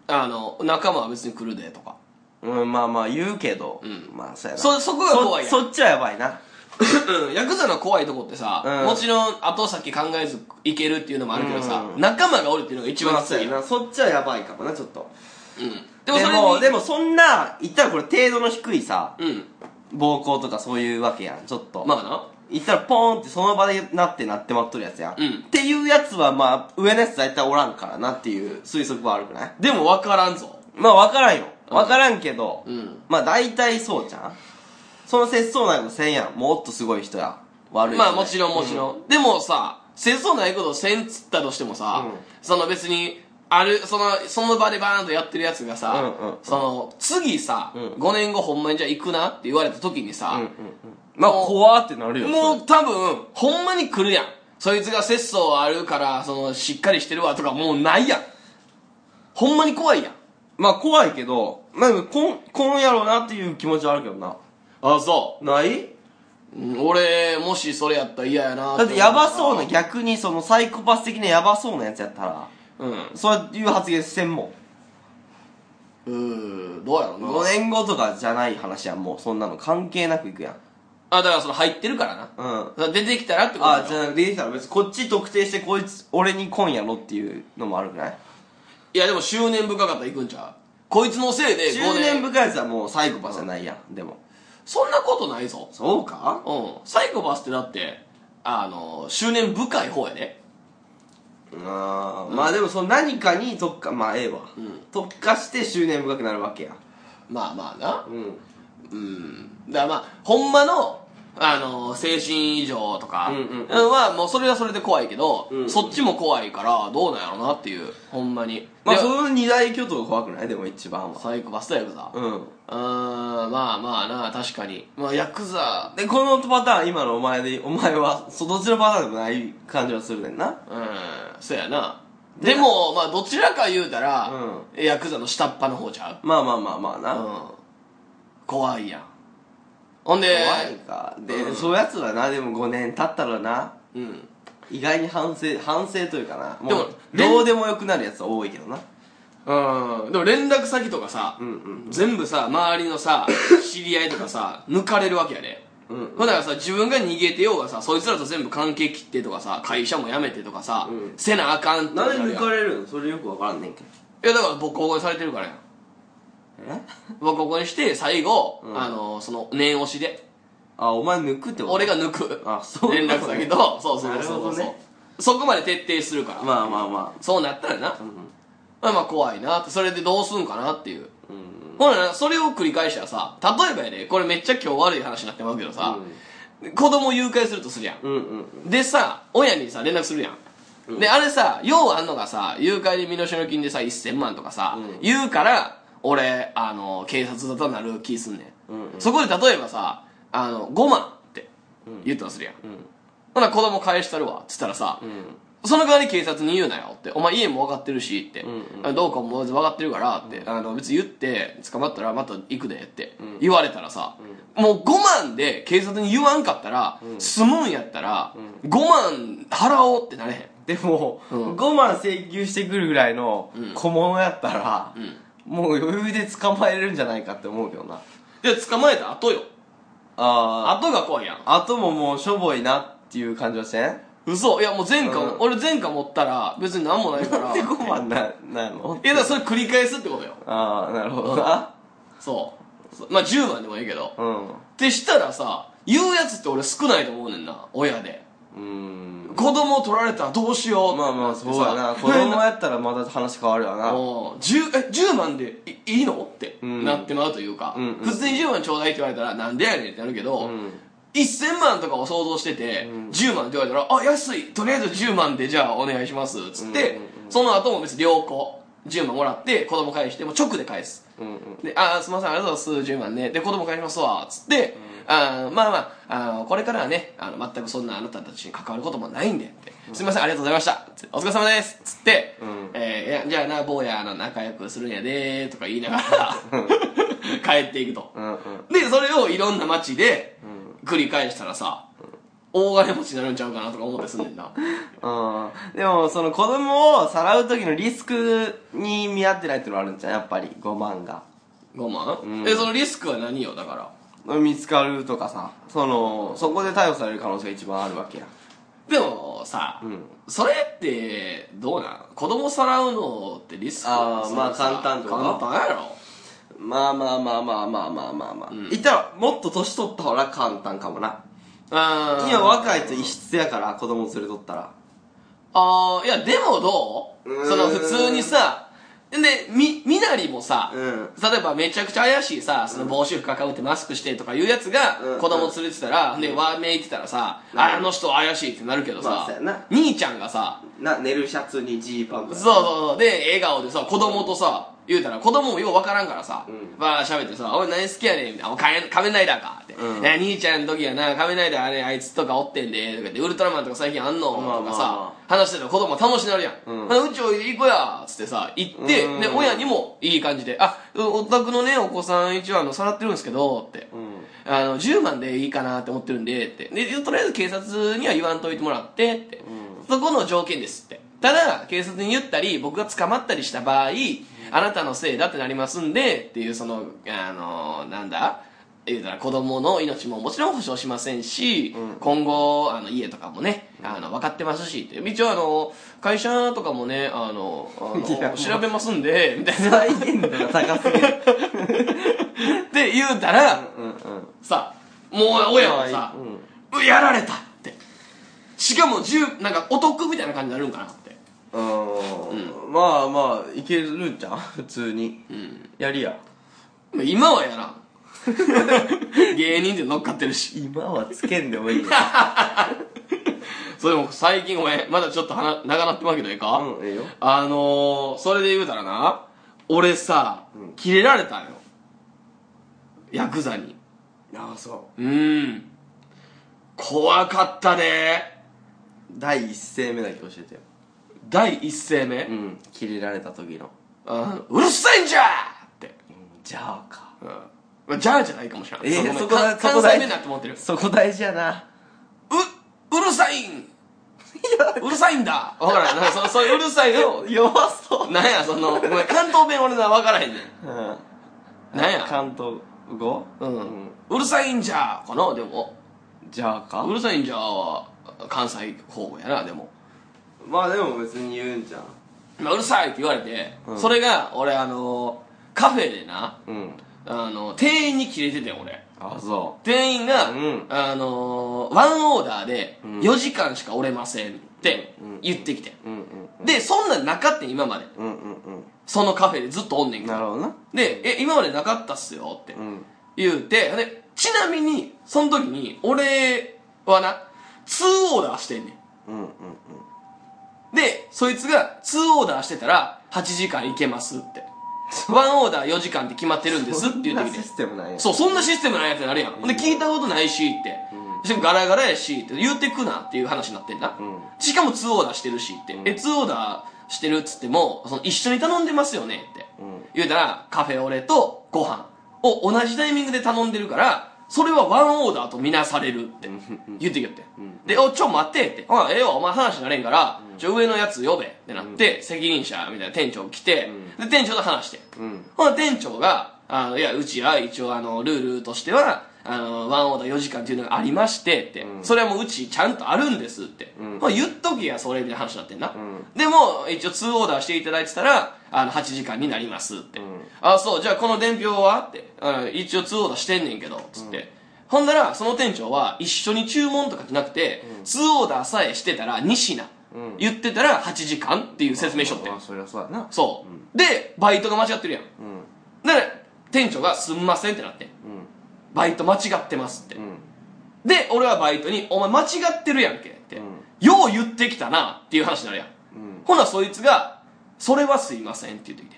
[SPEAKER 1] あの仲間は別に来るでとか
[SPEAKER 2] うんまあまあ言うけど、
[SPEAKER 1] ん
[SPEAKER 2] まあそうやな
[SPEAKER 1] そそこが怖いやん
[SPEAKER 2] そそっちはやばいな
[SPEAKER 1] うんヤクザの怖いとこってさ、
[SPEAKER 2] うん
[SPEAKER 1] もちろん後先考えずいけるっていうのもあるけどさ、
[SPEAKER 2] うん
[SPEAKER 1] 仲間がおるっていうのが一
[SPEAKER 2] ま
[SPEAKER 1] 番
[SPEAKER 2] あ
[SPEAKER 1] き
[SPEAKER 2] そ
[SPEAKER 1] つい
[SPEAKER 2] うや
[SPEAKER 1] やん、
[SPEAKER 2] なそっちはやばいかもなちょっと
[SPEAKER 1] うん、で
[SPEAKER 2] で
[SPEAKER 1] も
[SPEAKER 2] も
[SPEAKER 1] それに
[SPEAKER 2] でもそんな言ったらこれ程度の低いさ
[SPEAKER 1] うん
[SPEAKER 2] 暴行とかそういうわけやんちょっと
[SPEAKER 1] まあな
[SPEAKER 2] 言ったらポーンってその場でなってなってまっとるやつやん、
[SPEAKER 1] うん
[SPEAKER 2] っていうやつはまあ上のやつ大体おらんからなっていう推測はあるくない
[SPEAKER 1] でも分からんぞ
[SPEAKER 2] まあ分からんよ分からんけど、
[SPEAKER 1] うん
[SPEAKER 2] まあ大体そうじゃんその節操なんかせんやんもっとすごい人や悪い人
[SPEAKER 1] ま
[SPEAKER 2] ね
[SPEAKER 1] あもちろんもちろん、でもさせそうないことをせんっつったとしてもさ、
[SPEAKER 2] うん
[SPEAKER 1] その別にあるそのその場でバーンとやってるやつがさ、
[SPEAKER 2] うんうん
[SPEAKER 1] その次さ、
[SPEAKER 2] うん
[SPEAKER 1] 5年後ほんまにじゃあ行くなって言われた時にさ、
[SPEAKER 2] うんうんうんまあ怖ってなるよ
[SPEAKER 1] もう多分、ほんまに来るやん。そいつが節操あるから、その、しっかりしてるわとか、もうないやん。ほんまに怖いやん。
[SPEAKER 2] まあ怖いけど、まあでもこん、こんやろうなっていう気持ちはあるけどな。
[SPEAKER 1] あ、そ
[SPEAKER 2] ない
[SPEAKER 1] うん。俺、もしそれやったら嫌やな
[SPEAKER 2] だってやばそう
[SPEAKER 1] な
[SPEAKER 2] な、逆にそのサイコパス的なやばそうなやつやったら、
[SPEAKER 1] うん。
[SPEAKER 2] そういう発言せんもん。
[SPEAKER 1] うーん、どうやろうな。
[SPEAKER 2] 5年後とかじゃない話やん、もうそんなの関係なくいくやん。
[SPEAKER 1] あ、だからその入ってるからな。
[SPEAKER 2] うん。あ
[SPEAKER 1] だから出てきたらってこと
[SPEAKER 2] あ、
[SPEAKER 1] だ
[SPEAKER 2] じ
[SPEAKER 1] よ
[SPEAKER 2] ゃなくて出てきたら別にこっち特定してこいつ、俺に来んやろっていうのもあるくない
[SPEAKER 1] いや、でも執念深かったら行くんちゃうこいつのせいで
[SPEAKER 2] 執
[SPEAKER 1] 5年。
[SPEAKER 2] 念深いやつはもうサイコパスじゃないやん、でも。
[SPEAKER 1] そんなことないぞ。
[SPEAKER 2] そうか
[SPEAKER 1] うん。サイコパスってだって、あの、執念深い方やで。
[SPEAKER 2] あーまあでもその何かに特化、まあええわ。特化して執念深くなるわけや。
[SPEAKER 1] まあまあな。
[SPEAKER 2] うん。
[SPEAKER 1] うんだからまあほんまの、あの精神異常とか
[SPEAKER 2] うんう
[SPEAKER 1] はもうそれはそれで怖いけど、
[SPEAKER 2] うんうん
[SPEAKER 1] そっちも怖いからどうなんやろなっていうほんまに、
[SPEAKER 2] まあ、
[SPEAKER 1] で
[SPEAKER 2] その二大巨頭が怖くないでも一番は。
[SPEAKER 1] サイコパスとヤクザう
[SPEAKER 2] うん。
[SPEAKER 1] ーんまあまあな確かにまあヤクザ
[SPEAKER 2] で、このパターン、今のお前で、お前は、そどっちのパターンでもない感じはするねんな。
[SPEAKER 1] うんそやなでもまあどちらか言うたら、ヤクザの下っ端の方ちゃ
[SPEAKER 2] まあまあまあまあ
[SPEAKER 1] う、う
[SPEAKER 2] な。
[SPEAKER 1] ん、怖いやんほんで
[SPEAKER 2] 怖いか。で、
[SPEAKER 1] うん
[SPEAKER 2] そういうやつはな、でも5年経ったらな、
[SPEAKER 1] うん
[SPEAKER 2] 意外に反省、反省というかな。
[SPEAKER 1] で
[SPEAKER 2] も
[SPEAKER 1] も
[SPEAKER 2] う、どうでもよくなるやつは多いけどな。
[SPEAKER 1] うんでも連絡先とかさ、
[SPEAKER 2] うんうん。
[SPEAKER 1] 全部さ周りの さ知り合いとかさ抜かれるわけやで、
[SPEAKER 2] うん
[SPEAKER 1] ほんだからさ自分が逃げてようがさそいつらと全部関係切ってとかさ会社も辞めてとかさ、
[SPEAKER 2] うん
[SPEAKER 1] せなあかんって
[SPEAKER 2] なんで
[SPEAKER 1] る
[SPEAKER 2] 抜
[SPEAKER 1] や
[SPEAKER 2] かれるのそれよくわからんねんけど。
[SPEAKER 1] いやだからボコボコにされてるからやん
[SPEAKER 2] え
[SPEAKER 1] ボコボコにして最後、
[SPEAKER 2] うん
[SPEAKER 1] あのその念押しで
[SPEAKER 2] あ、お前抜くってこと
[SPEAKER 1] 俺が抜く
[SPEAKER 2] あそうい
[SPEAKER 1] 連
[SPEAKER 2] うこと
[SPEAKER 1] 絡
[SPEAKER 2] ね
[SPEAKER 1] 先とそうそうそう
[SPEAKER 2] なる
[SPEAKER 1] そ
[SPEAKER 2] ほ
[SPEAKER 1] う
[SPEAKER 2] ど
[SPEAKER 1] そう、
[SPEAKER 2] ね
[SPEAKER 1] そこまで徹底するから、
[SPEAKER 2] まあまあま
[SPEAKER 1] そうなったらな、
[SPEAKER 2] あ。うん。
[SPEAKER 1] まあまあ怖いなってそれでどうすんかなっていう
[SPEAKER 2] うん。
[SPEAKER 1] ほらなそれを繰り返したらさ例えばやでこれめっちゃ今日悪い話になってまうけどさ、子供を誘拐するとするやん
[SPEAKER 2] うんうん。
[SPEAKER 1] でさ親にさ連絡するやん、であれさようあんのがさ誘拐で身代金でさ1000万とかさ、
[SPEAKER 2] うん
[SPEAKER 1] 言うから俺あの警察だとなる気すんねん、
[SPEAKER 2] うん
[SPEAKER 1] そこで例えばさあの5万って言ったとするやん、
[SPEAKER 2] ん
[SPEAKER 1] ほな子供返したるわっつったらさ、
[SPEAKER 2] うん。
[SPEAKER 1] その代わり警察に言うなよって、お前家も分かってるしって、
[SPEAKER 2] ん
[SPEAKER 1] あどうかも分かってるからって、あの別に言って捕まったらまた行くでって言われたらさ、もう5万で警察に言わんかったら、済むんやったら、5万払おうってなれへん。
[SPEAKER 2] でも、
[SPEAKER 1] うん
[SPEAKER 2] 5万請求してくるぐらいの
[SPEAKER 1] うん
[SPEAKER 2] 小物やったら、
[SPEAKER 1] うん。
[SPEAKER 2] もう余裕で捕まえれるんじゃないかって思うけどな
[SPEAKER 1] で、捕まえた後よ。
[SPEAKER 2] あ
[SPEAKER 1] 後が怖いやん。
[SPEAKER 2] ああとももうしょぼいなっていう感じはせ ん
[SPEAKER 1] 嘘。いやもう前科、
[SPEAKER 2] うん
[SPEAKER 1] 俺前科持ったら別に何 もないから。
[SPEAKER 2] で5
[SPEAKER 1] い
[SPEAKER 2] 万ななの
[SPEAKER 1] やだからそれ繰り返すってことよ。
[SPEAKER 2] ああなるほどな
[SPEAKER 1] そうそう。まあ10万でもいいけど。
[SPEAKER 2] うんう
[SPEAKER 1] ってしたらさ、言うやつって俺少ないと思うねんな、親で。
[SPEAKER 2] ーん
[SPEAKER 1] 子供取られたらどうしよう
[SPEAKER 2] まあまあ
[SPEAKER 1] って
[SPEAKER 2] そ
[SPEAKER 1] なって
[SPEAKER 2] う
[SPEAKER 1] さ
[SPEAKER 2] や な子供やったらまた話変わるよな
[SPEAKER 1] もう10え10万でいいいのって
[SPEAKER 2] ん
[SPEAKER 1] なってまうというか、
[SPEAKER 2] うんうん
[SPEAKER 1] 普通に10万ちょうだいって言われたらなんでやねんってなるけど、
[SPEAKER 2] ん
[SPEAKER 1] 1000万とかを想像してて、10万って言われたらあ安いとりあえず10万でじゃあお願いしますっつって、
[SPEAKER 2] うんうん
[SPEAKER 1] その後も別に良好10万もらって子供返してもう直で返す
[SPEAKER 2] うんうん
[SPEAKER 1] で、あーすみません、ありがとうございます、10万ね。で、子供帰りますわ、つって、あーまあまあ、あーこれからはね、あの、全くそんなあなたたちに関わることもないんで、ってすみません、ありがとうございました、つってお疲れ様です、つって、
[SPEAKER 2] うん
[SPEAKER 1] えーいやじゃあな、坊や、あの、仲良くするんやでー、とか言いながら、 帰っていくと。
[SPEAKER 2] うんうん
[SPEAKER 1] で、それをいろんな街で、繰り返したらさ、大金持ちになるんちゃうかなとか思ってすんねんな。
[SPEAKER 2] うんでもその子供をさらう時のリスクに見合ってないっていうのはあるんじゃんやっぱり5万が
[SPEAKER 1] 5万、
[SPEAKER 2] ん
[SPEAKER 1] で、そのリスクは何よ、だから。
[SPEAKER 2] 見つかるとかさそのそこで逮捕される可能性が一番あるわけや
[SPEAKER 1] でもさ、
[SPEAKER 2] ん
[SPEAKER 1] それってどうなん子供さらうのってリスク
[SPEAKER 2] あー
[SPEAKER 1] その
[SPEAKER 2] まあ
[SPEAKER 1] さ
[SPEAKER 2] 簡単とか
[SPEAKER 1] 簡単やろ
[SPEAKER 2] まあまあまあまあまあまあまあまあ、
[SPEAKER 1] ん
[SPEAKER 2] 言ったらもっと年取った方が簡単かもな
[SPEAKER 1] あー
[SPEAKER 2] 今若いと異質やから子供連れとったら
[SPEAKER 1] あーいやでもど
[SPEAKER 2] うー
[SPEAKER 1] うんその普通にさでみみなりもさ、
[SPEAKER 2] うん
[SPEAKER 1] 例えばめちゃくちゃ怪しいさその帽子深かぶってマスクしてとかいうやつが
[SPEAKER 2] うん
[SPEAKER 1] 子供連れてたら、でわめいてたらさ、ああの人怪しいってなるけどさ、
[SPEAKER 2] まあそうやな
[SPEAKER 1] 兄ちゃんがさ
[SPEAKER 2] な寝るシャツにジーパンと
[SPEAKER 1] そうそ
[SPEAKER 2] か
[SPEAKER 1] うそうで笑顔でさ子供とさ言うたら子供もようわからんからさ、
[SPEAKER 2] うん
[SPEAKER 1] まあ喋ってさ「おい何好きやねん」みたいなあ「仮面仮面ライダーか」って、
[SPEAKER 2] うん
[SPEAKER 1] ね兄ちゃんの時はな仮面ライダーあれあいつとかおってんで」とか言って「ウルトラマンとか最近あんの?」
[SPEAKER 2] まあ
[SPEAKER 1] とかさ、
[SPEAKER 2] まあま
[SPEAKER 1] 話してたら子供楽しなるやん「
[SPEAKER 2] うん
[SPEAKER 1] あうちおいで行こうや」っつってさ行って、
[SPEAKER 2] うん
[SPEAKER 1] で親にもいい感じで「あうお宅のねお子さん一応あのさらってるんですけど」って。
[SPEAKER 2] うん
[SPEAKER 1] あの10万でいいかなって思ってるんでってでとりあえず警察には言わんといてもらってって、そこの条件ですってただ警察に言ったり僕が捕まったりした場合、あなたのせいだってなりますんでっていうそのあのなんだ言うたら子供の命ももちろん保証しませんし、今後あの家とかもねあの分かってますしって一応あの会社とかもねあのあ
[SPEAKER 2] いやも
[SPEAKER 1] の
[SPEAKER 2] う
[SPEAKER 1] 調べますんでみたいなっ
[SPEAKER 2] 再現度が高すぎる
[SPEAKER 1] て言うたら、
[SPEAKER 2] うんうん
[SPEAKER 1] さもう親はさ、
[SPEAKER 2] うん
[SPEAKER 1] うやられたってしかも10なんかお得みたいな感じになるんかなって
[SPEAKER 2] うん、まあまあいけるんじゃん 普通に、
[SPEAKER 1] ん
[SPEAKER 2] やりや
[SPEAKER 1] まあ今はやらん 芸人って乗っかってるし
[SPEAKER 2] 今はつけんでもいいよ
[SPEAKER 1] それも最近ごめんまだちょっと話長なってまうけどええか、
[SPEAKER 2] うんええよ
[SPEAKER 1] あのー、それで言うたらな俺さ、キレられたんよヤクザに
[SPEAKER 2] ああそう
[SPEAKER 1] ーん怖かったね
[SPEAKER 2] う第一声目だけ教えてよ
[SPEAKER 1] 第一声目、
[SPEAKER 2] うん切れられた時の
[SPEAKER 1] あのうるさいんじゃーって
[SPEAKER 2] じゃあか
[SPEAKER 1] うんまあじゃあじゃないかもしれない、
[SPEAKER 2] えー
[SPEAKER 1] ごめん
[SPEAKER 2] そこだ
[SPEAKER 1] か
[SPEAKER 2] そ
[SPEAKER 1] 関
[SPEAKER 2] こだ
[SPEAKER 1] 西弁だって思ってる
[SPEAKER 2] そこ大事やな
[SPEAKER 1] う、うるさいんうるさいんだわからん。なんかそのそういううるさいを、
[SPEAKER 2] 弱そう、
[SPEAKER 1] なんや、その、ごめん関東弁俺なわからへんね
[SPEAKER 2] うん、
[SPEAKER 1] ん。なんや。
[SPEAKER 2] 関東語
[SPEAKER 1] うん。うるさいんじゃーかな、でも。
[SPEAKER 2] じゃあか
[SPEAKER 1] うるさいんじゃーは、関西方言やな、でも。
[SPEAKER 2] まあでも別に言うんじゃん
[SPEAKER 1] まあ、うるさいって言われて、
[SPEAKER 2] うん
[SPEAKER 1] それが、俺、あのカフェでな、
[SPEAKER 2] うん
[SPEAKER 1] あの店員にキレててん、俺。
[SPEAKER 2] あそ
[SPEAKER 1] 店員が、
[SPEAKER 2] うん
[SPEAKER 1] あのワンオーダーで、
[SPEAKER 2] うん
[SPEAKER 1] 4時間しか折れませんって言ってきてん。
[SPEAKER 2] ううんうん
[SPEAKER 1] で、そんなんなかったん、今まで。
[SPEAKER 2] うんうん
[SPEAKER 1] そのカフェでずっとおんねん
[SPEAKER 2] う
[SPEAKER 1] けど
[SPEAKER 2] んなるほどな
[SPEAKER 1] で、え、今までなかったっすよって
[SPEAKER 2] うん
[SPEAKER 1] 言うて、で、ちなみに、その時に、俺はな、2オーダーしてんね
[SPEAKER 2] うんうん
[SPEAKER 1] ん。で、そいつが2オーダーしてたら、8時間いけますって。1オーダー4時間って決まってるんですって言
[SPEAKER 2] そ
[SPEAKER 1] うんてき
[SPEAKER 2] なシ
[SPEAKER 1] て。
[SPEAKER 2] ステムなんや
[SPEAKER 1] そう、そんなシステムないやつになるやん。ほんで、聞いたことないしって。しかもガラガラやしって言うてくなっていう話になってんな。
[SPEAKER 2] うん
[SPEAKER 1] しかも2オーダーしてるしって。え、2オーダーしてるっつっても、その一緒に頼んでますよねって。
[SPEAKER 2] うん
[SPEAKER 1] 言うたらカフェオレとご飯を同じタイミングで頼んでるからそれはワンオーダーとみなされるって言ってきよって、で「おちょ待って」って「あええわお前話になれんから、ちょ上のやつ呼べ」ってなって、責任者みたいな店長来て、で店長と話して、
[SPEAKER 2] うん
[SPEAKER 1] ほな店長が「あのいやうちは一応あのルールとしてはあのワンオーダー4時間っていうのがありまして」って、それはもううちちゃんとあるんです」って、ほな言っときやそれ」みたいな話になってんな、でも一応2オーダーしていただいてたらあの8時間になりますって「あそうじゃあこの伝票は?」って「あ一応2オーダーしてんねんけど」つって、ほんだら、その店長は一緒に注文とかじゃなくて、2オーダーさえしてたら2品、
[SPEAKER 2] うん
[SPEAKER 1] 言ってたら8時間っていう説明書って
[SPEAKER 2] まあ。そりゃそうやな
[SPEAKER 1] そう、で、バイトが間違ってるやん。
[SPEAKER 2] うんうん
[SPEAKER 1] だから、店長がすんませんってなって。バイト間違ってますって。
[SPEAKER 2] うん
[SPEAKER 1] で、俺はバイトに、お前間違ってるやんけって。
[SPEAKER 2] うん
[SPEAKER 1] よう言ってきたなっていう話になるやん。
[SPEAKER 2] うん
[SPEAKER 1] ほな、そいつが、それはすいませんって言ってきて。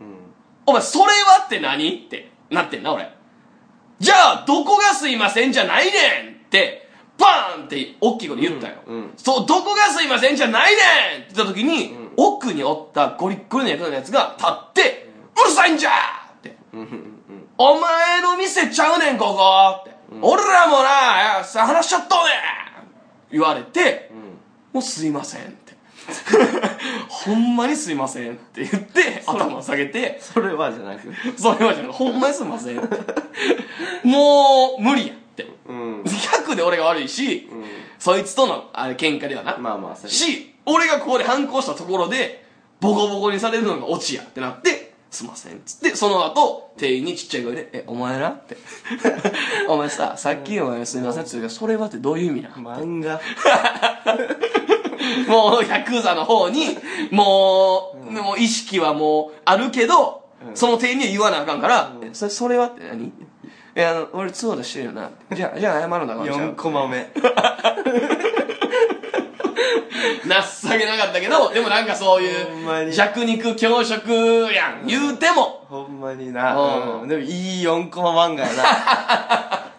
[SPEAKER 2] うん
[SPEAKER 1] お前、それはって何ってなってんな、俺。じゃあ、どこがすいませんじゃないねんって、パーンって大きいこと言ったよ。
[SPEAKER 2] うんうん
[SPEAKER 1] そう、どこがすいませんじゃないねんって言った時に、
[SPEAKER 2] うん
[SPEAKER 1] 奥におったゴリッゴリの役のやつが立って、うるさいんじゃーって。
[SPEAKER 2] うんうん
[SPEAKER 1] お前の店ちゃうねん、ここって。俺らもな、いやさ話しちゃっとうねん言われて、もうすいませんって。 ほんまにすいませんって言って、頭を下げて、
[SPEAKER 2] それはじゃなく
[SPEAKER 1] それはじゃないほんまにすいませんって。もう、無理やって。
[SPEAKER 2] うん
[SPEAKER 1] 100で俺が悪いし、そいつとの、あれ、喧嘩ではな。
[SPEAKER 2] まあまあそれ
[SPEAKER 1] し、俺がここで反抗したところで、ボコボコにされるのがオチやってなって、すいませんっつって、その後、店員にちっちゃい声で、え、お前なって。 お前さ、さっきお前すいませんって言ったけど、それはってどういう意味な
[SPEAKER 2] 漫画
[SPEAKER 1] もう、ヤクザの方に、もう、もう意識はもう、あるけど、
[SPEAKER 2] うん
[SPEAKER 1] その店員には言わなあかんから、えそれ、それはって何え、あの、俺通話出してるよな。じ ゃあ、じゃあ謝るんだから。じゃあ
[SPEAKER 2] 4コマ目
[SPEAKER 1] なっさげなかったけど、でもなんかそう
[SPEAKER 2] ほんま
[SPEAKER 1] いう、
[SPEAKER 2] に
[SPEAKER 1] 弱肉強食やん。言うても、
[SPEAKER 2] ほんまに
[SPEAKER 1] うん
[SPEAKER 2] なうんでもいい4コマ漫画や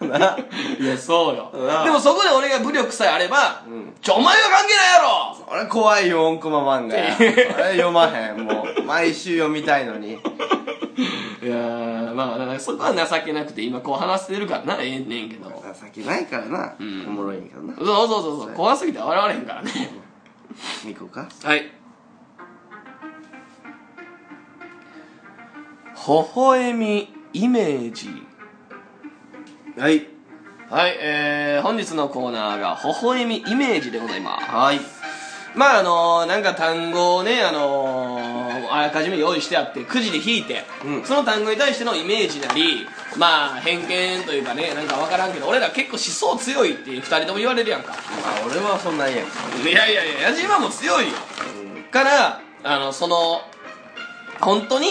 [SPEAKER 2] なない
[SPEAKER 1] や、そうよ
[SPEAKER 2] う。わ
[SPEAKER 1] でもそこで俺が武力さえあれば、
[SPEAKER 2] ん
[SPEAKER 1] ちょ、お前は関係ないやろ
[SPEAKER 2] 俺怖い4コマ漫画やそれ読まへんもう毎週読みたいの
[SPEAKER 1] い
[SPEAKER 2] に
[SPEAKER 1] やー、まあ、だからそこは情けなくて、今こう話してるからな、ええねんけど。そう
[SPEAKER 2] 情けないからなお
[SPEAKER 1] ん
[SPEAKER 2] もろいんやけどな
[SPEAKER 1] そうそうそう、怖すぎて笑われへんからね。
[SPEAKER 2] 行こうか
[SPEAKER 1] はい。微笑み、イメージ。
[SPEAKER 2] はい
[SPEAKER 1] はい、えー、本日のコーナーが、微笑み、イメージでございます。
[SPEAKER 2] はい
[SPEAKER 1] まああのなんか単語をねあのーあらかじめ用意してあってくじで引いて、
[SPEAKER 2] うん
[SPEAKER 1] その単語に対してのイメージなりまあ偏見というかねなんか分からんけど俺ら結構思想強いって2人とも言われるやんか
[SPEAKER 2] まあ俺はそんなんやんか
[SPEAKER 1] いやいやいや矢島も強いよからあのその本当に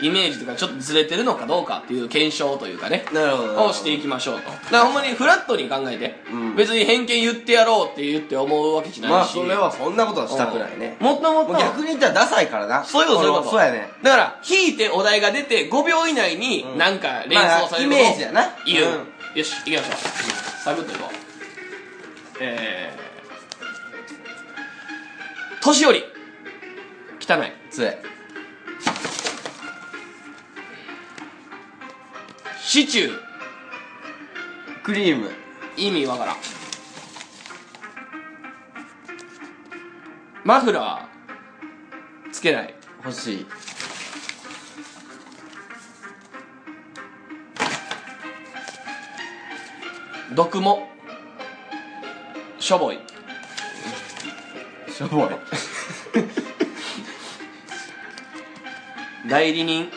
[SPEAKER 1] イメージとかちょっとずれてるのかどうかっていう検証というかね
[SPEAKER 2] なるほど
[SPEAKER 1] をしていきましょうとだからほんまにフラットに考えて、
[SPEAKER 2] うん
[SPEAKER 1] 別に偏見言ってやろうって言って思うわけじゃ
[SPEAKER 2] ま
[SPEAKER 1] な
[SPEAKER 2] あ
[SPEAKER 1] いし
[SPEAKER 2] それはそんなことはしたくないね
[SPEAKER 1] もっともっと
[SPEAKER 2] もう逆に言ったらダサいからな
[SPEAKER 1] そういうこと、そういうこと。
[SPEAKER 2] そうやね
[SPEAKER 1] だから、引いてお題が出て、5秒以内に
[SPEAKER 2] うん
[SPEAKER 1] なんか連想される
[SPEAKER 2] まあイメージやな
[SPEAKER 1] 言う。
[SPEAKER 2] う
[SPEAKER 1] よし、行きましょう。サクッといこう。えー、年寄り。汚い。
[SPEAKER 2] つえ
[SPEAKER 1] シチュー。
[SPEAKER 2] クリーム
[SPEAKER 1] 意味わからん。マフラー。つけない。
[SPEAKER 2] 欲しい
[SPEAKER 1] 毒も。しょぼい。
[SPEAKER 2] しょぼい
[SPEAKER 1] 代理人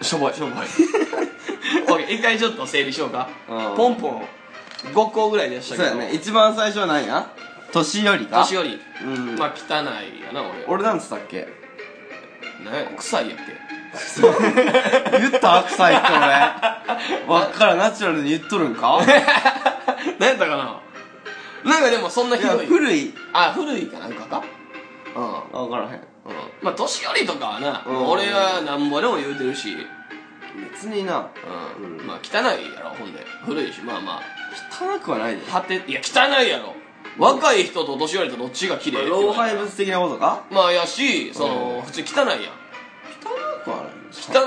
[SPEAKER 1] しょぼいしょぼい OK 一回ちょっと整理しようか、
[SPEAKER 2] うん
[SPEAKER 1] ポンポン5個ぐらいでした
[SPEAKER 2] そう
[SPEAKER 1] けど
[SPEAKER 2] やね一番最初は何や年寄りか
[SPEAKER 1] 年寄り、
[SPEAKER 2] うん
[SPEAKER 1] まあ汚いやな俺
[SPEAKER 2] 俺なんつったっけ
[SPEAKER 1] なんや臭い やっ
[SPEAKER 2] 言った臭いって俺わっからんナチュラルに言っとる んか
[SPEAKER 1] け何やったかななんかでもそんないひ
[SPEAKER 2] や
[SPEAKER 1] どい
[SPEAKER 2] 古い
[SPEAKER 1] あ古いかなんかかうん、うん、
[SPEAKER 2] 分からへん
[SPEAKER 1] まあ年寄りとかはな、
[SPEAKER 2] うん
[SPEAKER 1] 俺はなんぼでも言うてるし、
[SPEAKER 2] 別にな
[SPEAKER 1] うん
[SPEAKER 2] うん
[SPEAKER 1] まあ汚いやろほんで古いしまあまあ
[SPEAKER 2] 汚くはないで
[SPEAKER 1] 果ていや汚いやろ若い人と年寄りとどっちが綺麗って言われ
[SPEAKER 2] 老
[SPEAKER 1] たら
[SPEAKER 2] 廃物的なことか
[SPEAKER 1] まあやしその、
[SPEAKER 2] うん
[SPEAKER 1] 普通汚いやん
[SPEAKER 2] 汚くはない